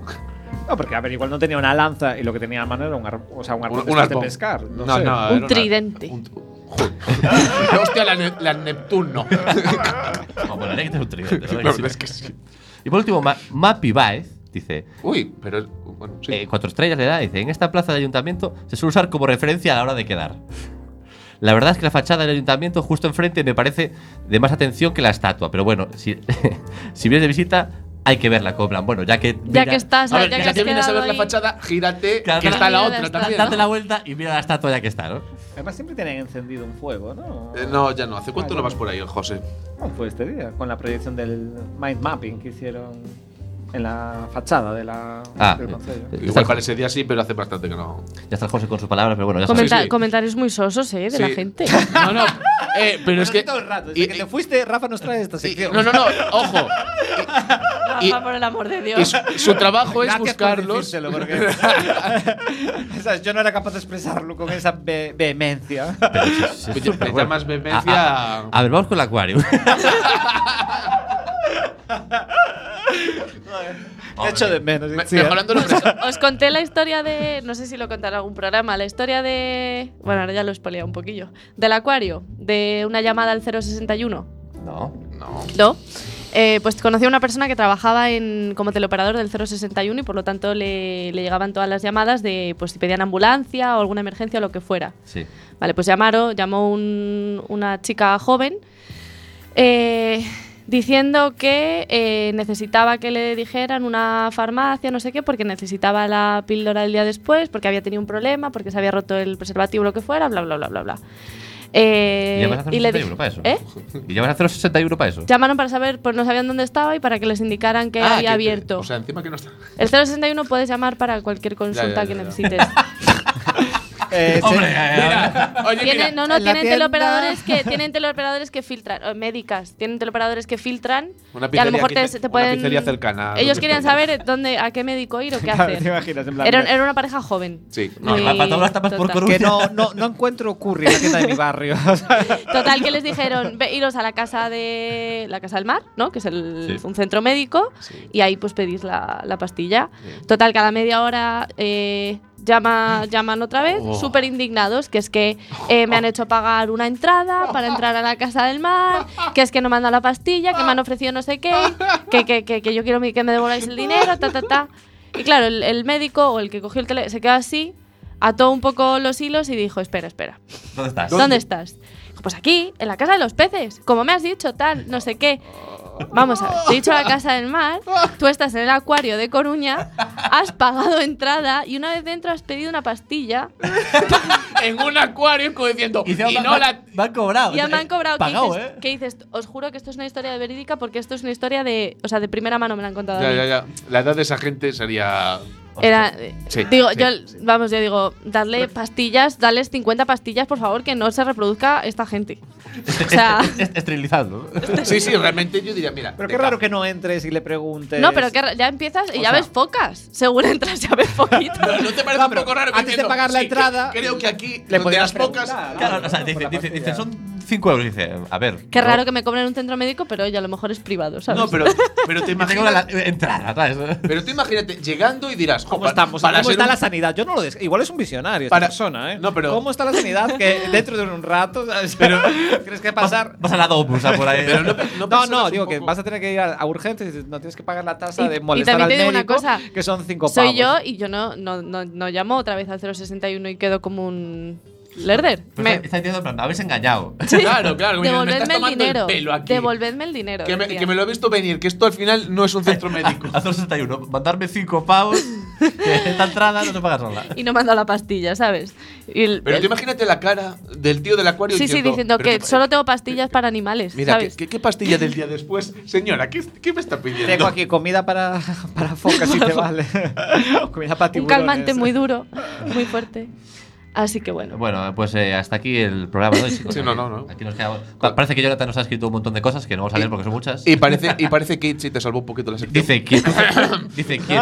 No, porque a ver, igual no tenía una lanza y lo que tenía en la mano era un, ar- o sea, un arpón Un- un después de arpón. pescar. No, No, sé. no, Un era tridente. un- Joder. Hostia, la, ne- la Neptuno. como bueno, era que tenía un tridente, ¿no? La verdad es que sí. Y por último, Ma- Mapi Baez dice. Uy, pero. Bueno, sí. eh, cuatro estrellas le da, dice, en esta plaza de ayuntamiento se suele usar como referencia a la hora de quedar. La verdad es que la fachada del ayuntamiento justo enfrente me parece de más atención que la estatua, pero bueno, si, si vienes de visita hay que verla, cobran. Bueno, ya que... Ya que estás, a ver, ya ya, que has que vienes a quedado ver la ahí. fachada, gírate, Claro, que claro. está la Mira, otra está- también. Date la vuelta y mira la estatua ya que está, ¿no? Además, siempre tienen encendido un fuego, ¿no? Eh, no, ya no. ¿Hace cuánto no vas por ahí, José? ¿Cómo fue este día? Con la proyección del mind mapping que hicieron en la fachada de la, Ah, del concello. eh, Igual para ese día sí, pero hace bastante que no. Ya está el José con sus palabras, pero bueno, ya sabes. Comenta- Sí, sí. Comentarios muy sosos, ¿eh? De la Sí. gente. No, no. Eh, pero es que. todo el rato, desde y- que y- te fuiste, Rafa nos trae esta y- sección. no, no, no. Ojo. Y- por el amor de Y su, su trabajo es Gracias por buscarlos. decírselo, porque- ¿Sabes? Yo no era capaz de expresarlo con esa ve- vehemencia. Oye, me llamas A, Ah, vehemencia. a- a ver, vamos con el acuario. Te echo de menos. Me- sí, ¿eh? mejorando la presa. Os conté la historia de. No sé si lo contaré en algún programa. La historia de. Bueno, ahora ya lo he spoileado un poquillo. Del acuario. De una llamada al 061. no. No. No. Eh, pues conocí a una persona que trabajaba en, como teleoperador del 061 y por lo tanto le, le llegaban todas las llamadas de pues, si pedían ambulancia o alguna emergencia o lo que fuera. Sí. Vale, pues llamaron, llamó un- una chica joven eh, diciendo que eh, necesitaba que le dijeran una farmacia, no sé qué, porque necesitaba la píldora del día después, porque había tenido un problema, porque se había roto el preservativo, lo que fuera, bla, bla, bla, bla, bla. Eh, ¿Y llamas a le 0,60 dij- euros para eso? ¿Eh? ¿Y llamas a 0,60 euros para eso? Llamaron para saber, pues no sabían dónde estaba y para que les indicaran que Ah, había que- abierto. O sea, encima que no está. el 061 puedes llamar para cualquier consulta ya, que ya, ya. necesites. Eh, Hombre, sí. Mira, oye, Tiene- mira. no, no, en la tienen tienda. teleoperadores, que, tienen teleoperadores que filtran, o médicas, tienen teleoperadores que filtran Una y a pizzería lo mejor aquí te, ce- te una pueden… pizzería cercana, Ellos donde querían estoy. saber dónde, a qué médico ir o qué Claro, hacer. te imaginas, en plan, Era, mira, era una pareja joven. Sí. No, Muy para para todas las tapas por tonta. Coruña. que no, no, no encuentro curry en la tienda de mi barrio. Total, que les dijeron, "Ve, iros a la casa de la Casa del Mar, ¿no? que es el- Sí. un centro médico, y ahí pues pedís la, la pastilla. Total, cada media hora eh, llama, llaman otra vez, súper indignados, que es que eh, me han hecho pagar una entrada para entrar a la Casa del Mar, que es que no me han dado la pastilla, que me han ofrecido no sé qué, que, que, que, que yo quiero mi- que me devolváis el dinero, ta, ta, ta. Y claro, el, el médico o el que cogió el teléfono se quedó así, ató un poco los hilos y dijo, espera, espera. ¿Dónde estás? ¿Dónde, estás? Dijo, Pues aquí, en la casa de los peces, como me has dicho, tal, no sé qué. Vamos a ver, te he dicho la casa del mar, tú estás en el acuario de Coruña, has pagado entrada y una vez dentro has pedido una pastilla En un acuario como diciendo. Y, encima no la. me han cobrado. y ya me han cobrado. ¿Qué Pagado, dices? ¿eh? ¿Qué dices? Os juro que esto es una historia verídica porque esto es una historia de, o sea, de primera mano me la han contado. a Ya, mí. ya, ya. La edad de esa gente sería. Era, eh, Sí, digo, sí, yo, vamos, yo digo, dadle pastillas, dales 50 pastillas, por favor, que no se reproduzca esta gente. O sea, Est- Esterilizando. Sí, sí, realmente yo diría, mira. Pero qué venga, raro que no entres y le preguntes. No, pero que ra- ya empiezas y ya sea- ves focas. Según entras ya ves foquitas. ¿No, no te parece un poco raro? que antes de diciendo, pagar la sí, entrada, que- creo que aquí, le donde podías las pocas. preguntar. Claro, o sea, Por dice, la dice, pastilla. dice, son 5 euros. Dice, a ver. Qué raro que me cobren un centro médico, pero oye, a lo mejor es privado, ¿sabes? No, pero, pero te Me cobra la imaginas. entrada, ¿sabes? Pero tú imagínate llegando y dirás, ¿Cómo "Jopa, estamos? para ¿Cómo ser está un- la sanidad? Yo no lo des- Igual es un visionario esta Para- persona, ¿eh? No, pero- ¿Cómo está la sanidad que dentro de un rato ¿sabes? crees que pasar? Vas a la Domus, a por ahí. Pero no, No, no, pensarás un digo que poco- vas a tener que ir a, a urgencias y no tienes que pagar la tasa Y- de y molestar también te digo al una médico, cosa. que son cinco pavos. Soy yo y yo no, no, no, no llamo otra vez al 061 y quedo como un lerder. Pues Pero Me, Pues está, está diciendo, en plan, me habéis engañado. Claro, claro. que me- me estás devolvedme el tomando dinero. pelo aquí. devolvedme el dinero. Que me, decía. que me lo he visto venir, que esto al final no es un centro médico. A 061, mandarme 5 pavos. que esta entrada no te pagas sola. Y no me han dado la pastilla, ¿sabes? Y el- Pero el- tú imagínate la cara del tío del acuario Sí, sí, diciendo, diciendo "Pero que qué- solo tengo pastillas para animales, Mira, ¿qué, ¿sabes? qué- qué pastilla del día después? Señora, ¿qué, qué me está pidiendo? Tengo aquí comida para, para focas, si te vale. O comida para un tiburones. calmante muy duro, muy fuerte. Así que bueno. Bueno, pues eh, hasta aquí el programa de hoy, chicos. Sí, no, no, no. Aquí nos quedamos. Pa- Parece que Jonathan nos ha escrito un montón de cosas que no vamos a leer porque son muchas. Y parece, y parece que Itchy te salvó un poquito la sección. Dice quién. Dice quién.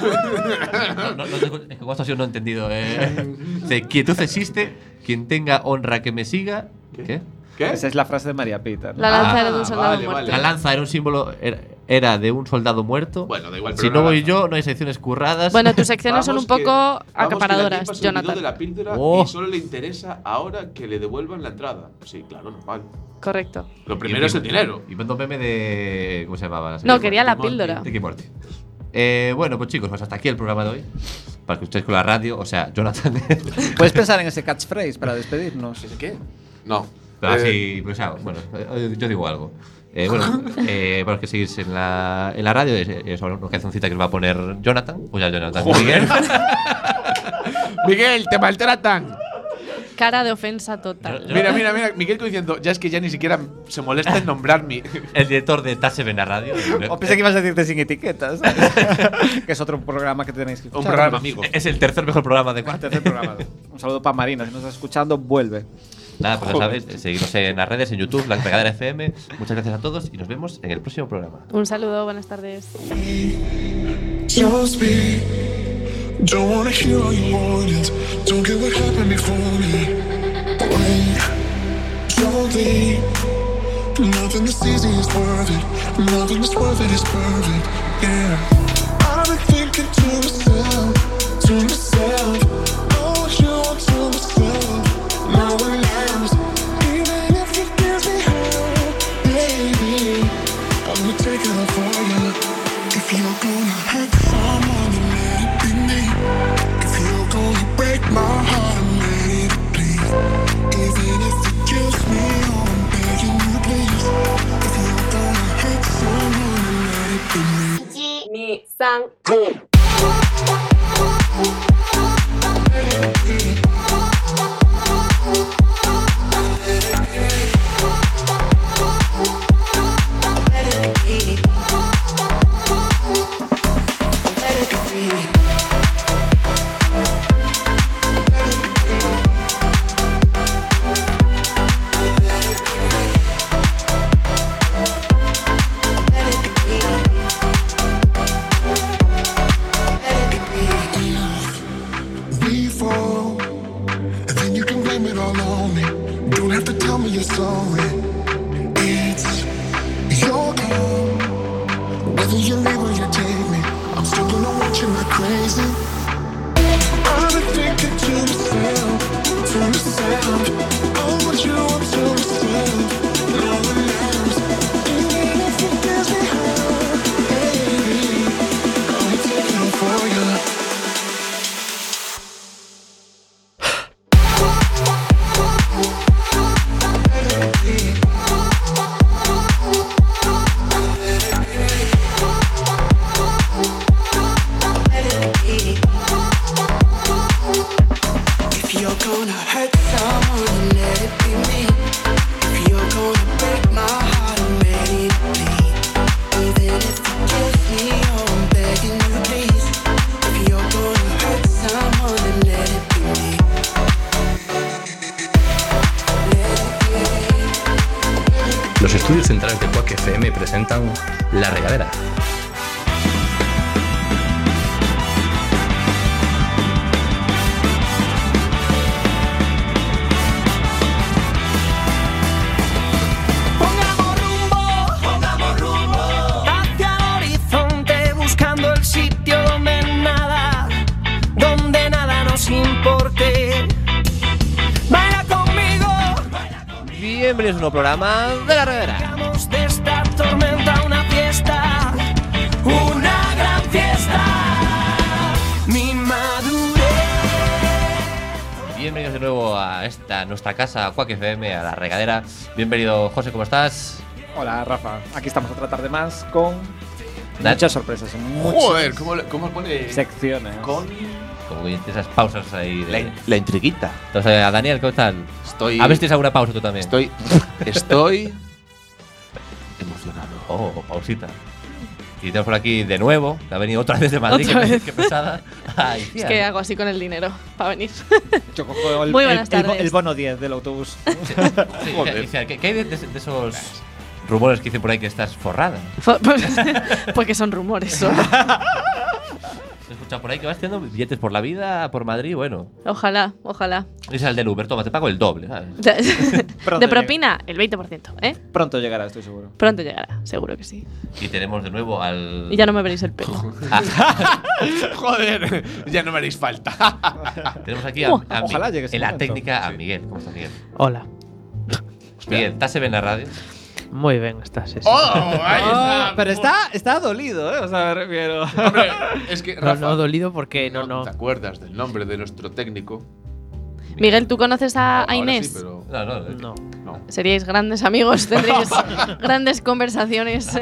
No, no, no sé, es que con esto sí no he entendido. Eh. Dice, quietud existe, quien tenga honra que me siga. ¿Qué? ¿Qué? Esa es la frase de María Pita. ¿no? La lanza Ah, era de un soldado vale, muerto. La lanza era un símbolo. Era, era de un soldado muerto. Bueno, da igual, pero Si una no voy lanza. yo, no hay secciones curradas. Bueno, tus secciones son un Vamos poco que- vamos que la acaparadoras, tipa se olvidó Jonathan. de la píldora Oh. y solo le interesa ahora que le devuelvan la entrada. Sí, claro, normal. Correcto. Lo primero es el dinero. Y cuando meme de. ¿Cómo se llamaba? la serie? No, quería la Morty. píldora. Ricky Morty. Eh, bueno, pues chicos, pues hasta aquí el programa de hoy. Para que ustedes con la radio, o sea, Jonathan. Puedes pensar en ese catchphrase para despedirnos. ¿Ese qué? No. Eh, Así, pues, ah, bueno, eh, yo digo algo. Eh, bueno, eh, para los que seguís en la, en la radio, es, es una cancioncita que os va a poner Jonathan. O ya, Jonathan. Miguel. Miguel, te maltratan. Cara de ofensa total. Yo- Mira, mira, mira, Miguel diciendo, ya es que ya ni siquiera se molesta en nombrar mi. El director de Tase Vena Radio. O Oh, pensé que ibas a decirte sin etiquetas, que es otro programa que tenéis que Un escuchar. programa amigo. Es el tercer mejor programa de cuarto. Tercer programa. Un saludo para Marina, si nos está escuchando, vuelve. Nada, pues ya sabéis, seguidnos en las redes, en YouTube, La Pegadera FM. Muchas gracias a todos y nos vemos en el próximo programa. Un saludo, buenas tardes. Don't speak. Don't wanna hear all your warnings. Don't care what happened before me. Wait, don't leave. Nothing that's easy is worth it. Nothing that's worth it is perfect. Yeah. I've been thinking to myself, to myself. Oh, you are to myself. No one else. Even if it gives me hope, baby. I'm gonna take it all for you. If you're gonna hurt someone, then let it be me. If you're gonna break my heart, then let it be. Even if it kills me, oh, I'm begging you, please. If you're gonna hurt someone, then let it be me. we fall. And then you can blame it all on me. Don't have to tell me you're sorry. It's your call. Whether you leave or you take me, I'm still gonna watch you like crazy. I'm addicted to myself, to myself. Oh, but you up to myself. No one else. Even if it gives me hope, baby, I'm taking it for you. If you're gonna hurt someone, then let it be me. If you're gonna break my heart, then let it be. Even if it kills me, oh, I'm begging you, please. If you're gonna hurt someone, then let it be me. Los estudios centrales de Quack FM presentan La Regadera. Pongamos rumbo, pongamos rumbo hacia el horizonte buscando el sitio donde nada, donde nada nos importe. Baila conmigo, Bienvenidos a un nuevo programa de La Regadera. hagamos de esta tormenta una fiesta, una gran fiesta. Mi madurez. Bienvenidos de nuevo a esta nuestra casa, a Quack FM, a la regadera. Bienvenido, José, ¿cómo estás? Hola, Rafa. Aquí estamos otra tarde más con Nacho. muchas sorpresas, muchas Joder, ¿cómo, le- cómo pone. secciones. Con. Como que esas pausas ahí. De... intriguita. Entonces, a Daniel, ¿cómo tal? Estoy. A ver si tienes alguna pausa tú también. Estoy. Estoy. emocionado. Oh, pausita. Y tenemos por aquí de nuevo, que ha venido otra vez de Madrid, Otra que, vez. pesada. Ay, Es tía. que hago así con el dinero para venir. Yo cojo el, Muy el, buenas el bo- tardes. el bono 10 del autobús. Sí, o sea, ¿Qué, qué hay de, de- de esos rumores que dicen por ahí que estás forrada? Fo- pues- Porque son rumores solo. He escuchado por ahí que vas haciendo billetes por la vida, por Madrid, bueno. Ojalá, ojalá. Ese es el del Uber, toma, te pago el doble, ¿sabes? De, Pronto propina, el 20%, ¿eh? Pronto llegará, estoy seguro. Pronto llegará, seguro que sí. Y tenemos de nuevo al. Y ya no me veréis el pelo. Joder, ya no me haréis falta. Tenemos aquí a, a Mi- Ojalá llegue ese en la momento. técnica a Miguel. ¿Cómo estás, Miguel? Hola. Miguel, ¿estás en la radio? Muy bien, estás. sí, sí. ¡Oh! Ahí está. pero está, está dolido, ¿eh? O sea, me refiero. Hombre, es que. No, Rafa, no, dolido porque no, no. ¿Te acuerdas del nombre de nuestro técnico? Miguel, ¿tú conoces a, a Ahora Inés? Sí, pero. No, no, no. No. No. Seríais grandes amigos, tendríais grandes conversaciones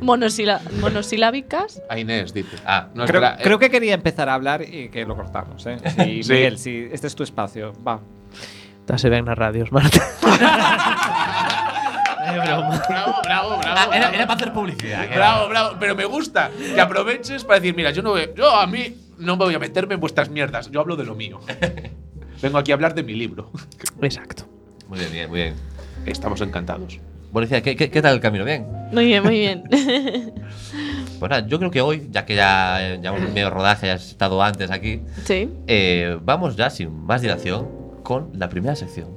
monosila- monosilábicas. A Inés, dice. Ah, no, creo, espera, eh, creo que quería empezar a hablar y que lo cortamos, ¿eh? Y Sí. Miguel, si este es tu espacio, va. Estás bien en las radios, Marta. Ay, broma. eh, Bravo, bravo, bravo. Ah, Era, era para hacer publicidad. que era- Bravo, bravo. Pero me gusta que aproveches para decir, mira, yo no voy- yo a mí no me voy a meterme en vuestras mierdas. Yo hablo de lo mío. Vengo aquí a hablar de mi libro. Exacto. Muy bien, bien, muy bien. Estamos encantados. Bueno, decía, ¿qué, qué, qué tal el camino? Bien. Muy bien, muy bien. Pues nada, yo creo que hoy, ya que ya eh, llevamos medio rodaje, ya has estado antes aquí, sí. eh, vamos ya sin más dilación con la primera sección.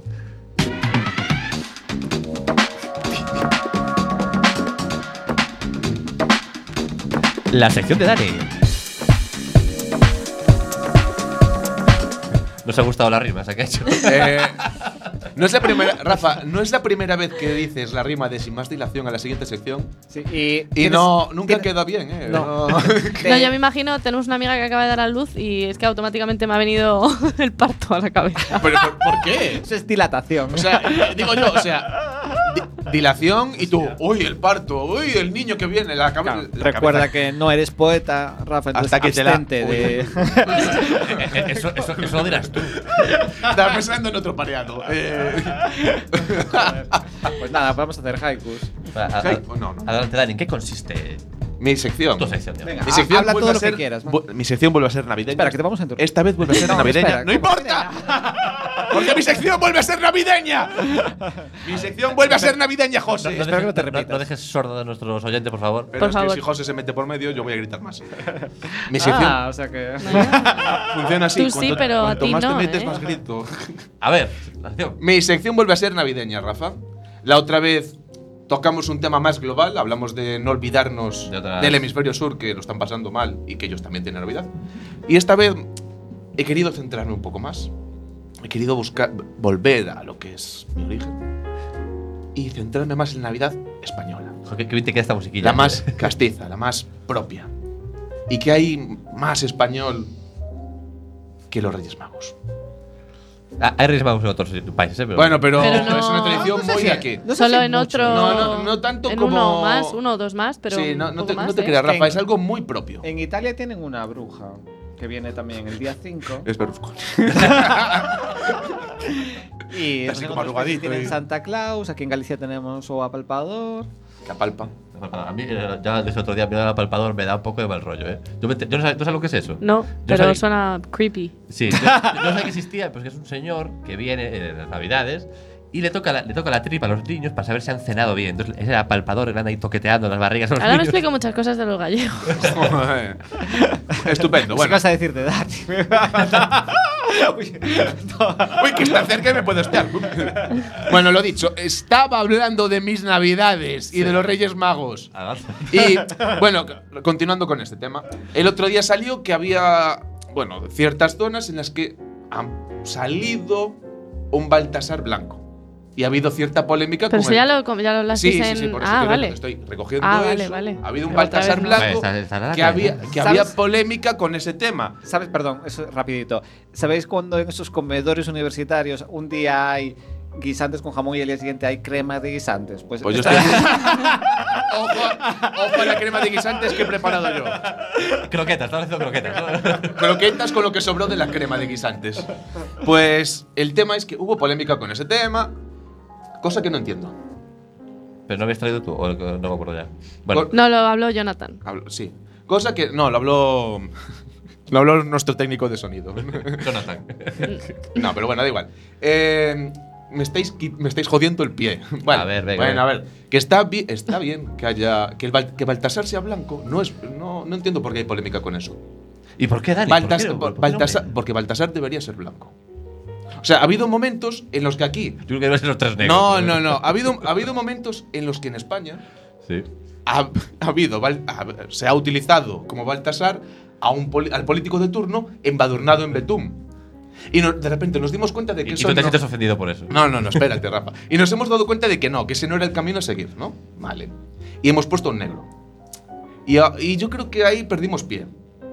La sección de Dani. Nos ha gustado la rima, esa que ha hecho. Eh, no es la primera, Rafa, no es la primera vez que dices la rima de sin más dilación a la siguiente sección. Sí, y Y tienes- no, nunca tienes- queda bien, ¿eh? No. No, yo me imagino, tenemos una amiga que acaba de dar a luz y es que automáticamente me ha venido el parto a la cabeza. ¿Pero por, por qué? Eso es dilatación. O sea, eh, digo yo, o sea, di- dilación y tú, uy, el parto, uy, el niño que viene, la, cabe- Claro, la Recuerda cabeza. que no eres poeta, Rafa, entonces Hasta que te la- abstente Uy. de… Eh, eh, eso, eso- eso lo dirás tú. Estaba pensando en otro pareado. Eh, Pues nada, vamos a hacer haikus. Va, a- a- Ay, pues no, no. Adelante, Dani, ¿en qué consiste Mi sección. tu sección? de hoy? Venga. Mi sección Habla vuelve todo a lo que ser- quieras, man. vu- Mi sección vuelve a ser navideña. Espera, que te vamos a interrumpir. Esta vez vuelve a ser No, navideña. espera, ¡No importa! Porque mi sección vuelve a ser navideña. Mi sección vuelve a ser navideña, José. No, no espero que no te dejes- repitas. no dejes sordo a nuestros oyentes, por favor. Pero Por es que favor. si José se mete por medio, yo voy a gritar más. Mi sección Ah, o sea que. funciona así. Tú sí, cuanto- pero a cuanto ti más no, te metes, ¿eh? más grito. A ver, la sección. Mi sección vuelve a ser navideña, Rafa. La otra vez tocamos un tema más global, hablamos de no olvidarnos De otra- del hemisferio sur que lo están pasando mal y que ellos también tienen Navidad. Y esta vez he querido centrarme un poco más. He querido buscar volver a lo que es mi origen y centrarme más en la Navidad española, Joder, Qué, qué bien te queda esta musiquilla. la más castiza, la más propia. Y que hay más español que los Reyes Magos. Ah, Hay Reyes Magos en otros países, ¿eh? Pero Bueno, pero, Pero no- es una tradición No sé muy si- de aquí. no sé Solo si en mucho. otro. No, no, no tanto en como- uno más, uno o dos más, pero. sí, no, un no poco te, más, no te ¿eh? creas, Rafa, Venga. es algo muy propio. Eh. En Italia tienen una bruja que viene también el día 5. Es Berlusconi. Y Así en otros países como arrugadito, tienen y- Santa Claus, aquí en Galicia tenemos o a Palpador. La palpa. A mí, eh, ya desde otro día, mirar al palpador me da un poco de mal rollo, ¿eh? Yo, me ent- yo no sab- ¿Tú sabes lo que es eso? No, Yo pero sabía- suena creepy. Sí, yo, yo no sabía que existía, pero es que es un señor que viene en las Navidades y le toca, la, le toca la tripa a los niños para saber si han cenado bien. Entonces, ese era palpador, que anda ahí toqueteando las barrigas a los Ahora me niños. explico muchas cosas de los gallegos. Bueno. Estupendo, bueno. vas a decir de edad? Uy, que está cerca y me puedo estar. bueno, lo dicho, estaba hablando de mis navidades y de los Reyes Magos. Avanza. Y bueno, c- continuando con este tema, el otro día salió que había, bueno, ciertas zonas en las que han salido un Baltasar blanco. Y ha habido cierta polémica Pero con eso el- ya lo, como ya lo hablasteis Sí, en. sí, sí, por eso ah, te vale. digo, estoy recogiendo Ah, vale, eso. vale. Ha habido un Pero otra Baltasar vez no. Pues, Blanco está- está nada que que había, ver. que ¿Sabes? había polémica con ese tema. ¿Sabes? Perdón, eso es rapidito. ¿Sabéis cuando en esos comedores universitarios un día hay guisantes con jamón y el día siguiente hay crema de guisantes? Pues, Pues yo estoy. ojo, ojo a la crema de guisantes que he preparado yo. Croquetas, estaba haciendo croquetas. ¿no? Croquetas con lo que sobró de la crema de guisantes. Pues el tema es que hubo polémica con ese tema, cosa que no entiendo. Pero no habías traído tú, o no me acuerdo ya. Bueno, Cor- No, lo habló Jonathan. Hablo- sí. Cosa que. No, lo habló. Lo habló nuestro técnico de sonido. Jonathan. No, pero bueno, da igual. Eh, me, estáis, qui- me estáis jodiendo el pie. Vale, A ver, venga, Bueno, a venga. ver. Que está, bi- está bien que haya. Que, el Bal- que Baltasar sea blanco. No, es, no, no entiendo por qué hay polémica con eso. ¿Y por qué Dani? ¿Por qué Baltas- no- por qué no Baltasar- me- porque Baltasar debería ser blanco. O sea, ha habido momentos en los que aquí. Yo creo que deben ser los tres negros. No, no, no. Ha habido, ha habido momentos en los que en España Sí. ha, ha habido, Bal- ha- se ha utilizado como Baltasar a un poli- al político de turno embadurnado en Betún. Y no- de repente nos dimos cuenta de que Y, y eso tú te no- sientes ofendido por eso. no, no, no, espérate, Rafa. Y nos hemos dado cuenta de que no, que ese no era el camino a seguir, ¿no? Vale. Y hemos puesto un negro. Y, a- y yo creo que ahí perdimos pie.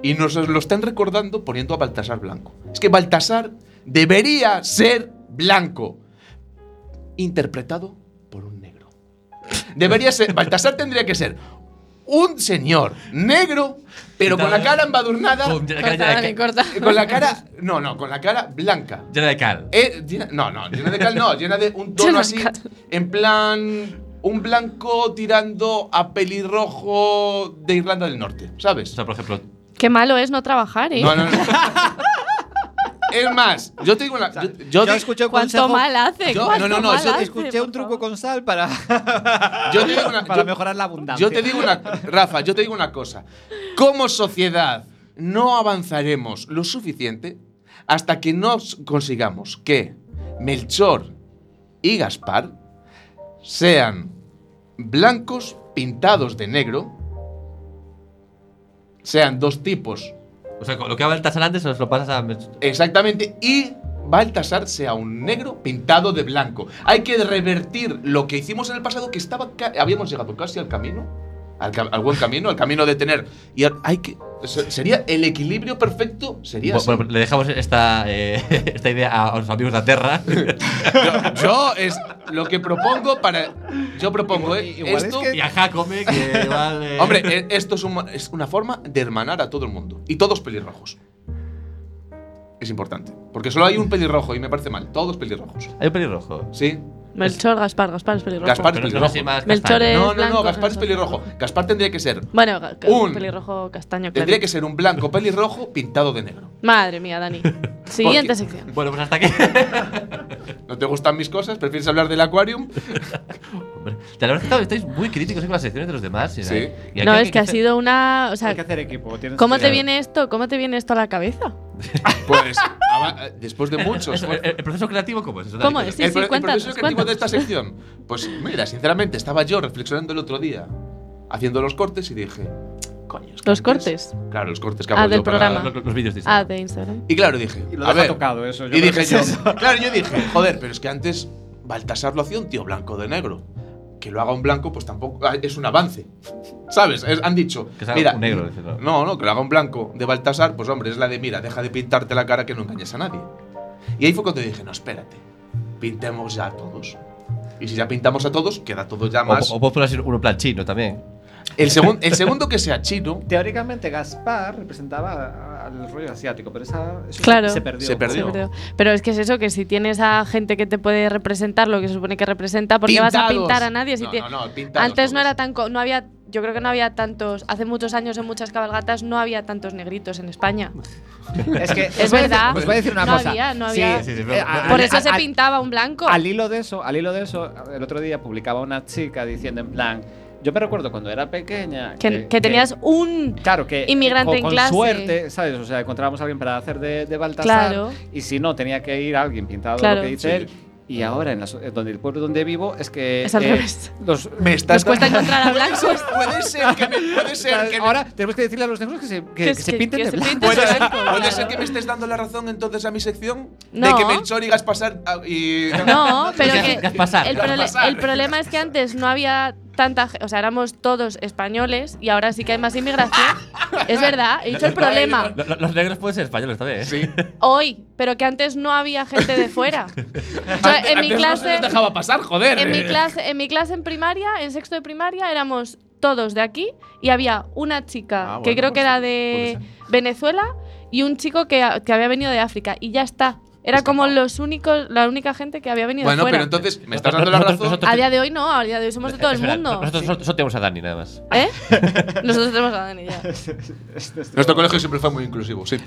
Y nos lo están recordando poniendo a Baltasar blanco. Es que Baltasar debería ser blanco. Interpretado por un negro. Debería ser. Baltasar tendría que ser un señor negro, pero con la cara embadurnada. Con- ya- Corta, ya- Dani, ya- corta. Con la cara. No, no, con la cara blanca. Llena de cal. Eh, llena- no, no, llena de cal no, llena de un Llena tono de así, cal. en plan, un blanco tirando a pelirrojo de Irlanda del Norte, O ¿sabes? sea, por ejemplo, Qué malo es no trabajar, ¿eh? No, no, no. es más, yo te digo una... Yo, yo Yo di- escuché un ¿Cuánto consejo- mal hace? Yo- ¿Cuánto no, no, no, mal eso- hace, Escuché por un truco favor? con sal para, yo te digo una... para yo- mejorar la abundancia. Yo te digo una, Rafa, yo te digo una cosa. Como sociedad no avanzaremos lo suficiente hasta que nos consigamos que Melchor y Gaspar sean blancos pintados de negro, sean dos tipos o sea, con lo que a Baltasar antes nos lo pasas a. Mech- exactamente y Baltasar sea un negro pintado de blanco. Hay que revertir lo que hicimos en el pasado que estaba ca- habíamos llegado casi al camino al, ca- al buen camino, al camino de tener. Y al- hay que. se- Sería el equilibrio perfecto. Sería. Bueno, así. bueno, le dejamos esta, eh, esta idea a, a los amigos de la Terra. Yo, yo es lo que propongo para. Yo propongo, eh, Igual es esto. que- y a Jacome, que igual. eh, Hombre, eh, esto es, un- es una forma de hermanar a todo el mundo. Y todos pelirrojos. Es importante. Porque solo hay un pelirrojo y me parece mal. Todos pelirrojos. Hay un pelirrojo. ¿sí Melchor, Gaspar, Gaspar es pelirrojo. Gaspar es Pero no pelirrojo. sé si más Melchor castaño. es No, no, blanco, no, Gaspar es eso. pelirrojo. Gaspar tendría que ser. Bueno, ga- ga- Un- pelirrojo castaño, claro. Tendría que ser un blanco pelirrojo pintado de negro. Madre mía, Dani. Siguiente sección. Bueno, pues hasta aquí. ¿No te gustan mis cosas? ¿Prefieres hablar del Aquarium? Hombre, la verdad es que estáis muy críticos eh, con las secciones de los demás. y- Sí. y aquí No, hay es que ha hacer- sido una. O sea, Hay que hacer equipo. tienes ¿cómo que- te viene esto? ¿Cómo te viene esto a la cabeza? Pues ava- después de Eso, mucho esfuerzo. el, el proceso creativo, ¿cómo es? Eso, ¿Cómo dale, es? Sí, el, sí, pro- el cuéntanos, proceso creativo cuéntanos. de esta sección. Pues mira, sinceramente, estaba yo reflexionando el otro día, haciendo los cortes y dije, coño, es que ¿Los antes- cortes? Claro, los cortes que Ah, hago del yo para- programa. los, los- los vídeos de Ah, Instagram. de Instagram. Y claro, dije, Y lo a deja ver. tocado eso. yo y creo que dije es Pues yo, eso. claro, yo dije, joder, pero es que antes Baltasar lo hacía un tío blanco de negro. Que lo haga un blanco, pues tampoco ah, es un avance. ¿Sabes? Es- han dicho, Que sea mira, un negro, dice, ¿no? No, no, que lo haga un blanco de Baltasar, pues hombre, es la de mira, deja de pintarte la cara que no engañes a nadie. Y ahí fue cuando dije, no, espérate, pintemos ya a todos. Y si ya pintamos a todos, queda todo ya O, más. o puedo poner así uno en plan chino también. El, segun- el segundo que sea chino, Teóricamente Gaspar representaba a- al rollo asiático, pero esa eso Claro. se perdió. Se perdió. Sí, pero, pero es que es eso, que si tienes a gente que te puede representar lo que se supone que representa, ¿por qué vas a Pintados. pintar a nadie? Si No, tie- no, no, pintados Antes no todos. era tan... co- No había, yo creo que no había tantos... Hace muchos años en muchas cabalgatas no había tantos negritos en España. Es que Es verdad. Os voy a decir una No cosa. había, no había. Sí, sí, eh, a- Por a- eso se a- pintaba un blanco. Al hilo de eso, al hilo de eso, el otro día publicaba una chica diciendo en plan, yo me recuerdo cuando era pequeña eh, Que, que tenías un... Claro, que Inmigrante con, en con clase. suerte, ¿sabes? O sea, encontrábamos a alguien para hacer de, de Baltasar. Claro. Y si no, tenía que ir alguien pintado Claro. lo que dice Sí. él. Y ahora, en la so- eh, donde el pueblo donde vivo, es que. Es al eh, revés. Los, me estás. Nos cuesta encontrar a blancos. Puede ser que me, puede ser que me- ahora tenemos que decirle a los negros que se, que, Que que es se que- pinten que de se blanco. pinten Puede ser, Claro. puede ser que me estés dando la razón entonces a mi sección de No. que Melchor y Gaspar y No, pero Ya- que ya es pasar. el, Ya es prole- pasar. el problema es que antes no había tanta, ge- o sea, éramos todos españoles y ahora sí que hay más inmigración. es verdad, he dicho el problema Lo- lo- Los, negros pueden ser españoles también, ¿eh? sí. hoy, pero que antes no había gente de fuera. Yo, Antes- en antes mi no se clase, nos dejaba pasar, joder. en mi clase, en mi clase en primaria, en sexto de primaria éramos todos de aquí y había una chica Ah, que bueno, creo que pues era sí, de Venezuela y un chico que, que había venido de África y ya está. Era como los únicos, la única gente que había venido Bueno, de fuera. pero entonces, ¿me estás dando la Nosotros- razón? nosotros- A día de hoy no, a día de hoy somos de todo el Espera, mundo. Nosotros solo- solo tenemos a Dani, nada más. ¿Eh? Nosotros tenemos a Dani ya. Nuestro colegio siempre fue muy inclusivo, sí.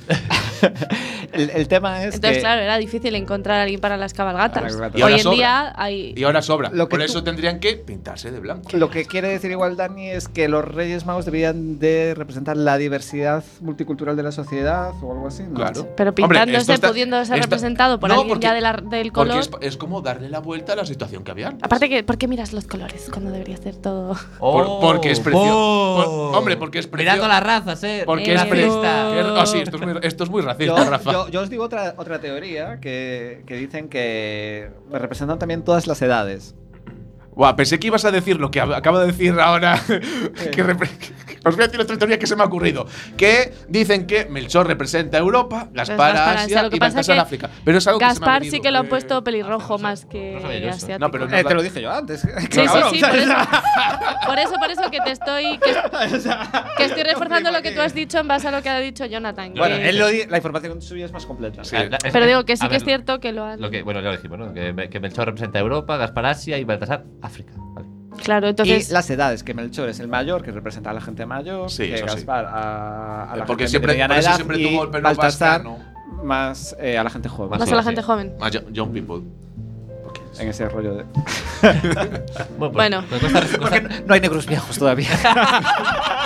El, el tema es Entonces, que claro, era difícil encontrar a alguien para las Para cabalgatas. las Y Hoy ahora en sobra. día hay. Y ahora sobra. Lo que Por tú- eso tendrían que pintarse de blanco. lo que quiere decir igual Dani es que los Reyes Magos deberían de representar la diversidad multicultural de la sociedad o algo así. ¿no? Claro. Pero Hombre, esto pintándose, está- pudiendo ser esto- representado por No, alguien porque- ya de la- Porque del color. es, es como darle la vuelta a la situación que había. antes. Aparte, que, ¿por qué miras los colores cuando debería ser todo? Por- porque es precioso. Oh. Por- hombre, porque es Mirando precioso. las razas, eh. Porque Eh, es pre- racista. que- Ah, sí, esto es muy, esto es muy Yo, racista, Rafa. yo- yo os digo otra, otra teoría que, que dicen que representan también todas las edades. Buah, pensé que ibas a decir lo que ab- acabo de decir ahora. que repre- que- Os voy a decir otra teoría que se me ha ocurrido. Que dicen que Melchor representa a Europa, Gaspar Pues Gaspar a Asia, Asia lo que y pasa Baltasar que a África. Pero es algo que se me ha Gaspar venido. sí que lo han Eh, puesto pelirrojo más que no sabía yo eso. asiático. No, pero no Eh, da- te lo dije yo antes. Sí, sí, Cabrón, sí, por eso, por eso, por eso que te estoy. Que, que estoy reforzando lo que tú has dicho en base a lo que ha dicho Jonathan. Bueno, que- Él lo di- la información suya es más completa. Sí. pero digo que sí Ah, A que ver, es cierto que lo han. Lo que, bueno, ya lo decimos, ¿no? Que, que Melchor representa a Europa, Gaspar Asia y Baltasar África. Vale. Claro, entonces. y las edades, que Melchor es el mayor, que representa a la gente mayor, Sí, que eso sí. Gaspar a, a la Porque gente siempre- de mediana por eso edad siempre y tuvo el pelo Baltasar vascano. más eh, a la gente joven. Más Sí, a la sí. gente joven. Ah, yo- Young people. En ese rollo de. Bueno, pues, Bueno. me cuesta- me cuesta- No hay negros viejos todavía.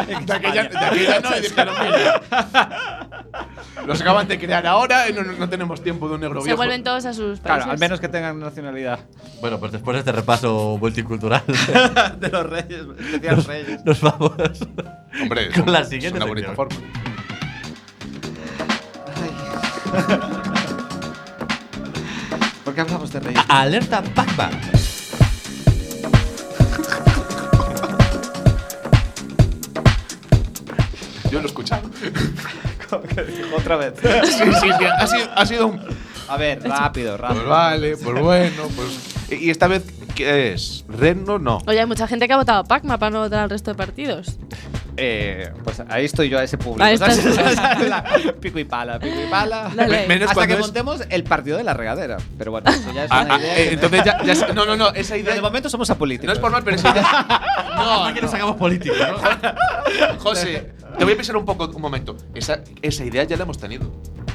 De aquella, de aquella no, y dijeron, "Mira, Los acaban de crear ahora y no, no- no tenemos tiempo de un negro Se viejo". vuelven todos a sus países. claro, al menos que tengan nacionalidad. bueno, pues después de este repaso multicultural, de los reyes, especial reyes. nos vamos. Hombre, es Con un- la es siguiente una bonita sección. forma. ¿Por qué hablamos de reyes? A- alerta Pac-Man. Yo lo he escuchado. Otra vez. Sí, sí, sí. Ha sido, ha sido un. A ver, rápido, Pues rápido. vale, pues bueno, pues. Y y esta vez, ¿qué es? ¿Reno? No. Oye, hay mucha gente que ha votado a Pacma para no votar al resto de partidos. Eh, pues ahí estoy yo a ese público. Ahí estás. ¿sabes? La- pico y pala, pico y pala. Dale. Menos Hasta cuando que es- montemos el partido de la regadera. Pero bueno, eso ya es Ah, una ah, idea. eh, que- entonces ya, ya se- No, no, no. Esa idea. de momento somos apolíticos. No es por mal, pero esa idea. No, no. sacamos político, José, te voy a pensar un poco, un momento. Esa, esa idea ya la hemos tenido.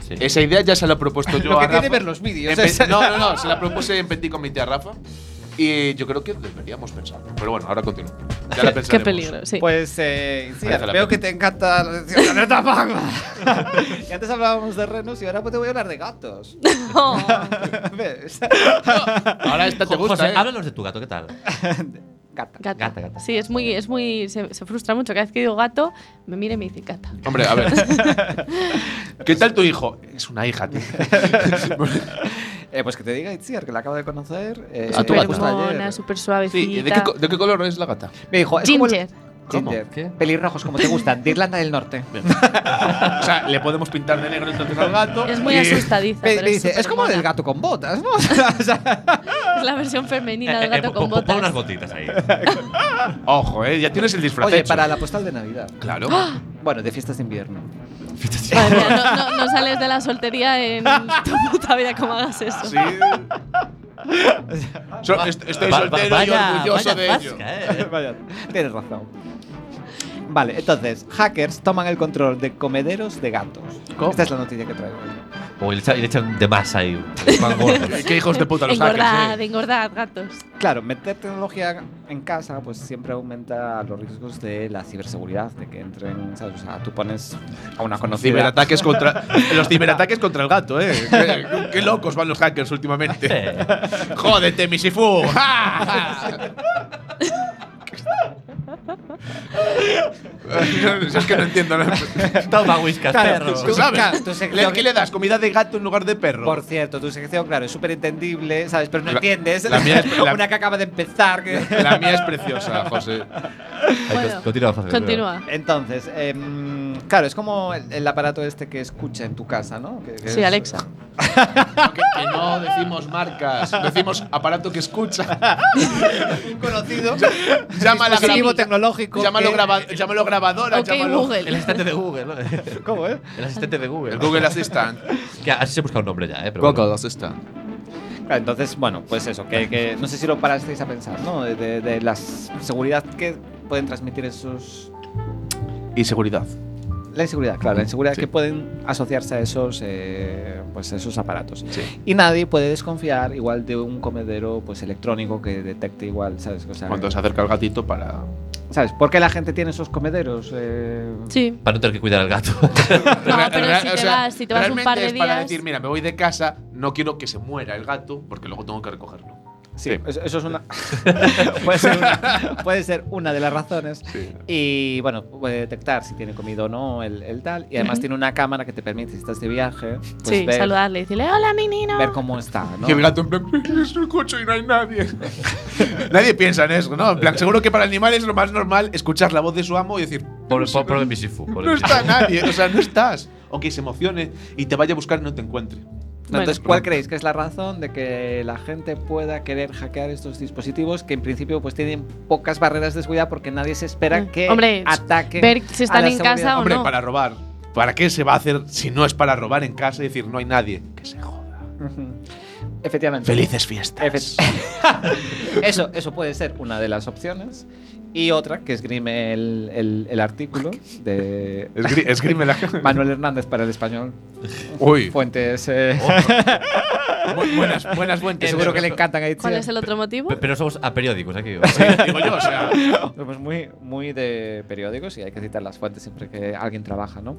Sí. Esa idea ya se la he propuesto yo Lo a que tiene Rafa. ver los vídeos. En es- pe- No, no, no, se la propuse en Petit Comité a Rafa. Y yo creo que deberíamos pensar. Pero bueno, ahora continúo. Ya la pensaremos. Qué peligro, sí. Pues eh, sí, Parece la pena. veo que te encanta la sección de Alerta Magma. y antes hablábamos de renos y ahora pues te voy a hablar de gatos. Oh. ¿Ves? Ahora esta te gusta, José, ¿eh? háblanos de tu gato, ¿qué tal? Gata. Gata. Gata, gata. Sí, es muy, es muy, se, se frustra mucho. Cada vez que digo gato, me mira y me dice gata. Hombre, a ver. ¿Qué tal tu hijo? Es una hija, tío. Eh, pues que te diga Itziar, que la acabo de conocer. Eh, A tu Súper gata. justo ayer. mona, súper Sí, ¿y ¿de qué, suavecita. co- de qué color es la gata? Me dijo, es como el- Ginger. ¿Cómo? Ginger. ¿Qué? Pelirrojos, como te gustan, de Irlanda del Norte. O sea, le podemos pintar de negro entonces al gato. Es muy y- asustadiza. Me, pero me dice, es como supermona". el gato con botas, ¿no? O sea, Es la versión femenina del Eh, eh, gato pon- con pon- Pon unas botas. botitas ahí. Ojo, eh, ya tienes el disfraz. Oye, hecho. para la postal de Navidad. Claro. Bueno, de fiestas de invierno. Madre mía, no, no- no sales de la soltería en tu puta vida como hagas eso. Sí. So- est- estoy Va- va- soltero vaya- y orgulloso vaya de ello. zasca, eh. Vaya, tienes razón. Vale, entonces, hackers toman el control de comederos de gatos. ¿Cómo? Esta es la noticia que traigo. O le echa- le echan de más ahí. un pan gordo. Qué hijos de puta los Engordad, hackers, eh. engordad, gatos. Claro, meter tecnología en casa pues siempre aumenta los riesgos de la ciberseguridad, de que entren, ¿sabes? O sea, tú pones a una conocida… Ciberataques contra, los ciberataques contra el gato, eh. Qué, qué locos van los hackers últimamente. Eh, Jódete, Misifu. es que no entiendo. ¿no? Toma whiskas, perro. ¿Tú sabes? claro, tu sección- Le- ¿Qué le das? ¿Comida de gato en lugar de perro? Por cierto, tu sección, claro, es súper entendible, ¿sabes? Pero no La- entiendes. la mía es- la- una que acaba de empezar. que- La mía es preciosa, José. Ahí, Bueno, con- pues, continúa, José, Continúa. Entonces, em, claro, es como el, el aparato este que escucha en tu casa, ¿no? Que- que Sí, es- Alexa. Que, que no decimos marcas, decimos aparato que escucha. Un conocido. Llama a la dispositivo grabadora. tecnológico. Llámalo, que- graba- llámalo grabadora, Ok, llámalo. Google. El asistente de Google, ¿no? ¿Cómo, eh? El asistente de Google. El Google Assistant. Que que así se busca un nombre ya, ¿eh? Pero bueno. Goggles está. Claro, Entonces, bueno, pues eso, que, que- no sé si lo parasteis a pensar, ¿no? De, de- de la seguridad que pueden transmitir esos... Y seguridad. La inseguridad, claro, la inseguridad Sí. que pueden asociarse a esos, eh, pues esos aparatos. Y nadie puede desconfiar igual de un comedero pues electrónico que detecte igual, ¿sabes? O sea, Cuando se acerca el gatito para. ¿Sabes? ¿Por qué la gente tiene esos comederos? Eh, Sí. Para no tener que cuidar al gato. No, Re- pero re- si o te sea, vas, si te vas un realmente par de es Para días. decir, mira, me voy de casa, no quiero que se muera el gato, porque luego tengo que recogerlo. Sí, Sí. eso, eso es una. puede, ser una puede ser una de las razones. Sí. Y bueno, puede detectar si tiene comido o no el, el tal. Y además tiene una cámara que te permite, si estás de viaje, pues sí, ver, saludarle y decirle, hola, menino. ver cómo está, ¿no? Y el gato en plan, es un coche y no hay nadie. nadie piensa en eso, ¿no? En plan, seguro que para el animal es lo más normal escuchar la voz de su amo y decir, Pobre, "No po- pobre sé, Misifu. no, pobre no Misifu. está nadie, o sea, no estás. O que se emocione y te vaya a buscar y no te encuentre. Entonces, Bueno. ¿cuál creéis que es la razón de que la gente pueda querer hackear estos dispositivos que en principio pues tienen pocas barreras de seguridad porque nadie se espera Mm. que Hombre, ataquen ver a si están la en casa seguridad? o Hombre, no. para robar. ¿Para qué se va a hacer si no es para robar en casa y decir, no hay nadie? Que se joda. Ujú. Efectivamente. Felices fiestas. Efect- eso, eso puede ser una de las opciones. Y otra que esgrime el, el- el artículo de Esgri- Esgrime la Manuel Hernández para el español. Uy. Fuentes eh, Oh. Bu- buenas, buenas que fuentes. seguro que le encantan a ¿Cuál Itziar. es el otro motivo? Eh, Pe- Pero somos aperiódicos aquí. Sí, digo yo, o sea. Somos pues muy, muy de periódicos y hay que citar las fuentes siempre que alguien trabaja, ¿no?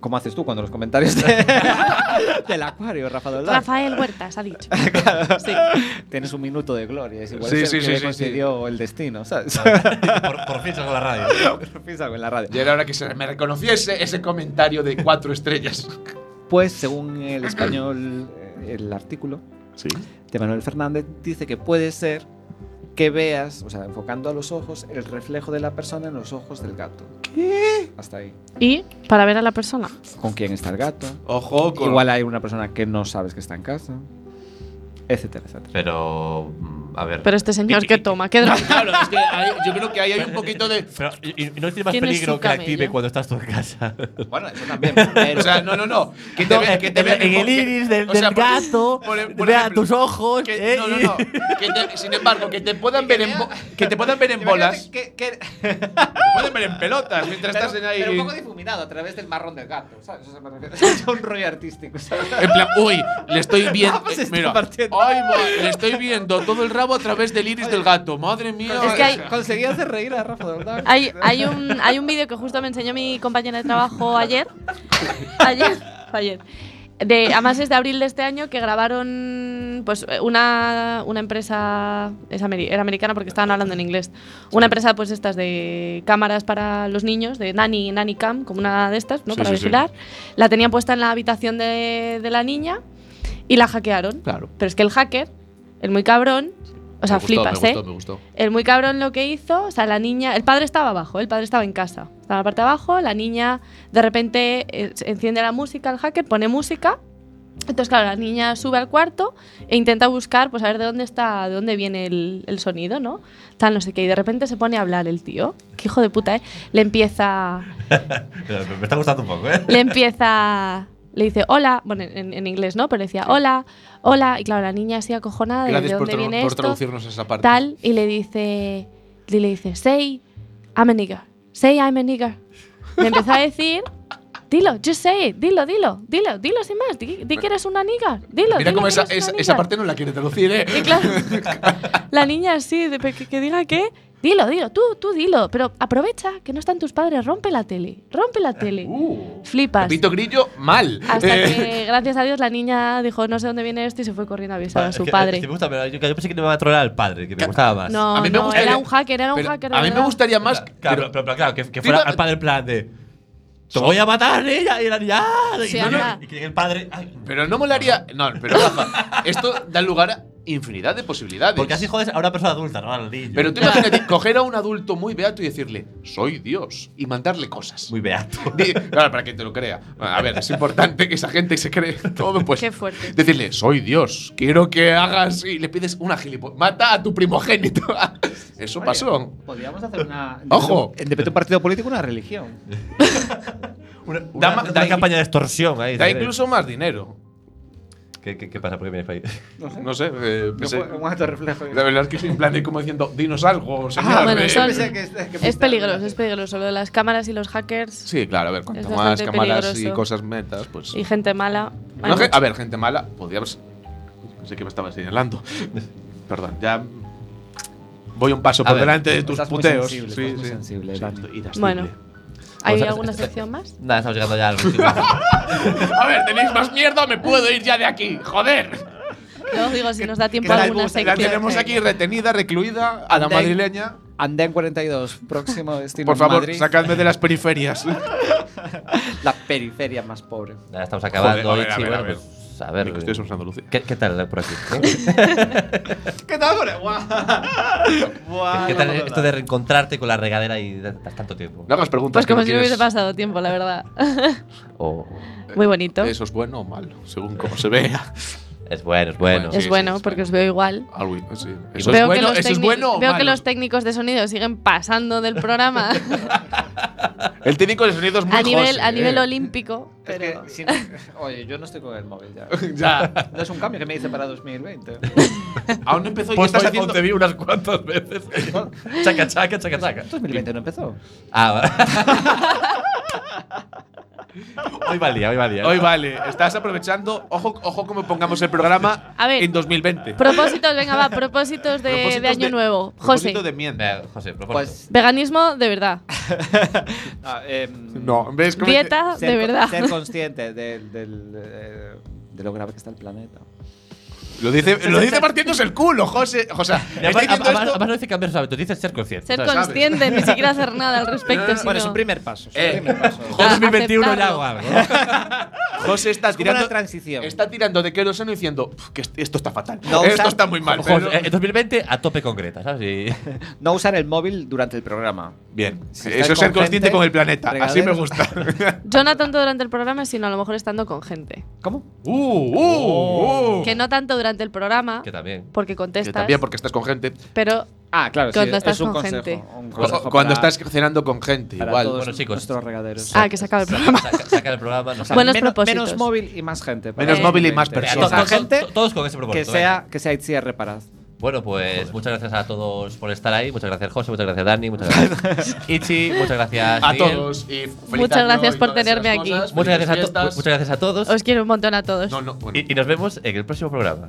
¿Cómo haces tú cuando los comentarios de- del acuario, Rafa Doldán? Rafael Huertas ha dicho. Sí. Tienes un minuto de gloria. Es igual Sí, es el sí, que sí, le sí, sí. concedió el destino, ¿sabes? por, por fin salgo a la radio. Piensa algo en la radio. Y era hora que se me reconociese ese comentario de cuatro estrellas. Pues, según el español, eh, el artículo Sí. de Manuel Fernández dice que puede ser que veas, o sea, enfocando a los ojos, el reflejo de la persona en los ojos del gato. ¿Qué? Hasta ahí. Y para ver a la persona. ¿Con quién está el gato? Ojo con. Igual hay una persona que no sabes que está en casa, etcétera, etcétera. Pero. mm, A ver. Pero este señor que toma, qué droga. Claro, es que ahí- yo creo que ahí hay un poquito de. Pero, y, y no tiene más ¿Quién es peligro su que la camello? active cuando estás tú en casa. Bueno, eso también. pero- O sea, no, no, no. Que te No, ve- en- que te en- ve- en el que- iris del- o sea, del por- gato, por- por vea ejemplo, tus ojos, que- eh, no, no, y- no. Que te- sin embargo, que te puedan ver en, bo- que te puedan ver en bolas. Imagínate que- que- Te pueden ver en pelotas mientras pero, estás en pero un poco ahí. difuminado a través del marrón del gato, ¿sabes? O sea, me refiero- es un rollo artístico, ¿sabes? En plan, uy, le estoy viendo. Vamos, eh, está mira, partiendo. ay, va, le estoy viendo todo el rabo a través del iris del gato. Madre mía. Es que hay- Conseguí hacer reír a Rafa Doldán. Hay, hay un, hay un vídeo que justo me enseñó mi compañera de trabajo ayer. Ayer. fue ayer. De, además es de abril de este año que grabaron pues una, una empresa es ameri- era americana porque estaban hablando en inglés una empresa pues estas de cámaras para los niños de nanny nanny cam como una de estas no Sí, para sí, sí. vigilar la tenían puesta en la habitación de, de la niña y la hackearon Claro. pero es que el hacker el muy cabrón o sea flipas eh me gustó. el muy cabrón lo que hizo, o sea, la niña, el padre estaba abajo, el padre estaba en casa, estaba en la parte de abajo, la niña de repente eh, se enciende la música, el hacker pone música, entonces claro, la niña sube al cuarto e intenta buscar, pues a ver de dónde está, de dónde viene el, el sonido, ¿no? Tal, no sé qué, y de repente se pone a hablar el tío, qué hijo de puta, ¿eh? Le empieza, Me me está gustando un poco, ¿eh? le empieza, le dice hola, bueno, en, en inglés, ¿no? Pero decía hola, hola, y claro, la niña así acojonada, de, ¿de Gracias por, dónde tra- viene por esto? traducirnos esa parte. tal y le dice y le dice say I'm a nigger say I'm a nigger le empezó a decir dilo just say it dilo dilo dilo dilo sin más di, di que eres una nigger dilo Mira dilo cómo que esa, eres una esa, nigger". esa parte no la quiere traducir, ¿eh? y claro la niña así de pe- que, que diga que dilo dilo tú tú dilo pero aprovecha que no están tus padres rompe la tele rompe la tele Uh, flipas Pepito Grillo, mal. hasta Eh, que gracias a Dios la niña dijo no sé dónde viene esto y se fue corriendo a avisar a Es su que- es padre que me gusta, pero yo, yo pensé que me iba a trolear al padre, que me gustaba más. no, a mí me no, gustaría- era un hacker, era un pero hacker. de a mí me verdad. gustaría más. Claro, pero, pero- pero claro, que, que Dilo- fuera al padre en plan de. Te voy a matar, ¿eh? Ya, ya, ya. Sí, y, no, no, ajá. y que el padre. ay, pero no molaría. No, pero Rafa, esto da lugar a infinidad de posibilidades. porque así jodes a una persona adulta, no al niño. Pero tú imagínate coger a un adulto muy beato y decirle, soy Dios, y mandarle cosas. Muy beato. Di- Claro, para que te lo crea. Bueno, A ver, es importante que esa gente se cree todo, pues. Qué fuerte. Decirle, soy Dios, quiero que hagas. Y le pides una gilipollas. Mata a tu primogénito. Eso pasó. Podríamos hacer una. Ojo. En de un partido político, una religión. Una, una ma- da in- campaña de extorsión ahí. Da de- incluso más dinero. ¿Qué, qué, qué pasa? ¿Por qué vienes para ahí? No sé. eh, pensé- fue un acto de reflejo. Ah, La verdad es que soy en plan de como diciendo, dinos algo, señor. Ah, bueno, eh. son- pensé que- que es pensaba- peligroso, es peligroso. Lo de las cámaras y los hackers Sí, claro, a ver, cuanto Es más bastante cámaras y peligroso. cosas metas, pues. y gente mala. No, ge- a ver, gente mala, podría haber. Sé que me estaba señalando. Perdón, ya. Voy un paso A por ver, delante de tus estás muy puteos. sensible, estás muy sensible, Dani. estoy irascible. Bueno. ¿Hay Vamos a- alguna sección más? Nada, estamos llegando ya al último. A ver, tenéis más mierda, me puedo ir ya de aquí, joder. No digo si nos da tiempo Que la- alguna La sección. tenemos aquí retenida, recluida, a la De- madrileña. Andén 42, próximo destino. Por favor, Madrid, sacadme de las periferias. La periferia más pobre. Nada, estamos acabando. Joder, a y ver, a sí, ver, bueno, a ver. pues, a ver. Ni que estoy en Andalucía. ¿Qué, qué tal por aquí? eh? ¿Qué tal, Gore? Guau. Guau. ¿Qué tal esto de reencontrarte con la regadera y de- tras tanto tiempo? No hagas preguntas. Pues que como no si no hubiese quieres. pasado tiempo, la verdad. O- Muy bonito. Eso es bueno o malo, según cómo se vea. es bueno, es bueno. sí, es sí, bueno es porque bueno. os veo igual. Algo, sí. Eso es Veo, bueno, que, los eso es técnic- bueno o veo que malo. los técnicos de sonido siguen pasando del programa El técnico de sonido es muy a nivel, José, a nivel eh. olímpico. Es Pero que, si no- oye, yo no estoy con el móvil ya. Ya. No es un cambio que me dice para 2020. Aún no empezó y Puestas ya a está diciendo- concebir unas cuantas veces. chaca, chaca, chaca, chaca. 2020 no empezó. Ah, va. Ah, hoy valía, hoy valía. Hoy vale, estás aprovechando. Ojo, ojo como pongamos el programa A ver. en 2020. propósitos, venga, va, propósitos de, Propósitos de año de- nuevo. José, Propósito de mierda. Venga, José, propósito. Pues. veganismo de verdad. ah, em, No, ves cómo Dieta ser de con- verdad. Ser consciente del, del, eh, de lo grave que está el planeta. dice- Lo dice, lo dice partiéndose el culo, José. O sea, Y Además, está diciendo además- esto- además no dice cambiar sus hábitos, dice ser consciente. Ser ¿sabes? consciente, ni siquiera hacer nada al respecto. sino Bueno, es un primer paso. Es un Eh. primer paso. Yo en 2021 ya hago Aceptarlo. algo. José está Es como tirando. la transición. Está tirando de queroseno diciendo "Pf, que est- esto está fatal. No esto usar- está muy mal. Ojo, pero- eh, en 2020 a tope concreta, ¿sabes? Y- No usar el móvil durante el programa. Bien, Si eso estás es ser con consciente gente, con el planeta. Así me regadero. gusta. Yo no tanto durante el programa, sino a lo mejor estando con gente. ¿Cómo? uh, uh, uh. Que no tanto durante el programa, Que también. porque Que contestas, también porque estás con gente. pero Ah, claro, Cuando sí, estás es un con consejo. gente. un O- consejo o cuando para- estás cenando con gente, para igual. todos Bueno, chicos. nuestros regaderos. Ah, que se acaba el programa. Saca, saca el programa, no O sea, Buenos menos, propósitos. menos móvil y más gente. para Menos Eh, móvil y más Venga, personas. toca gente todos con ese que propósito. venga. sea, que sea Itziar reparad. Bueno, pues muchas gracias a todos por estar ahí. Muchas gracias, José. Muchas gracias, Dani. Muchas gracias, Ichi. Muchas gracias, a Miguel. todos. y feliz Muchas año gracias y por todas tenerme esas aquí. cosas. Muchas Felices gracias, a to- fiestas. muchas gracias a todos. os quiero un montón a todos. No, no, bueno. Y, y nos vemos en el próximo programa.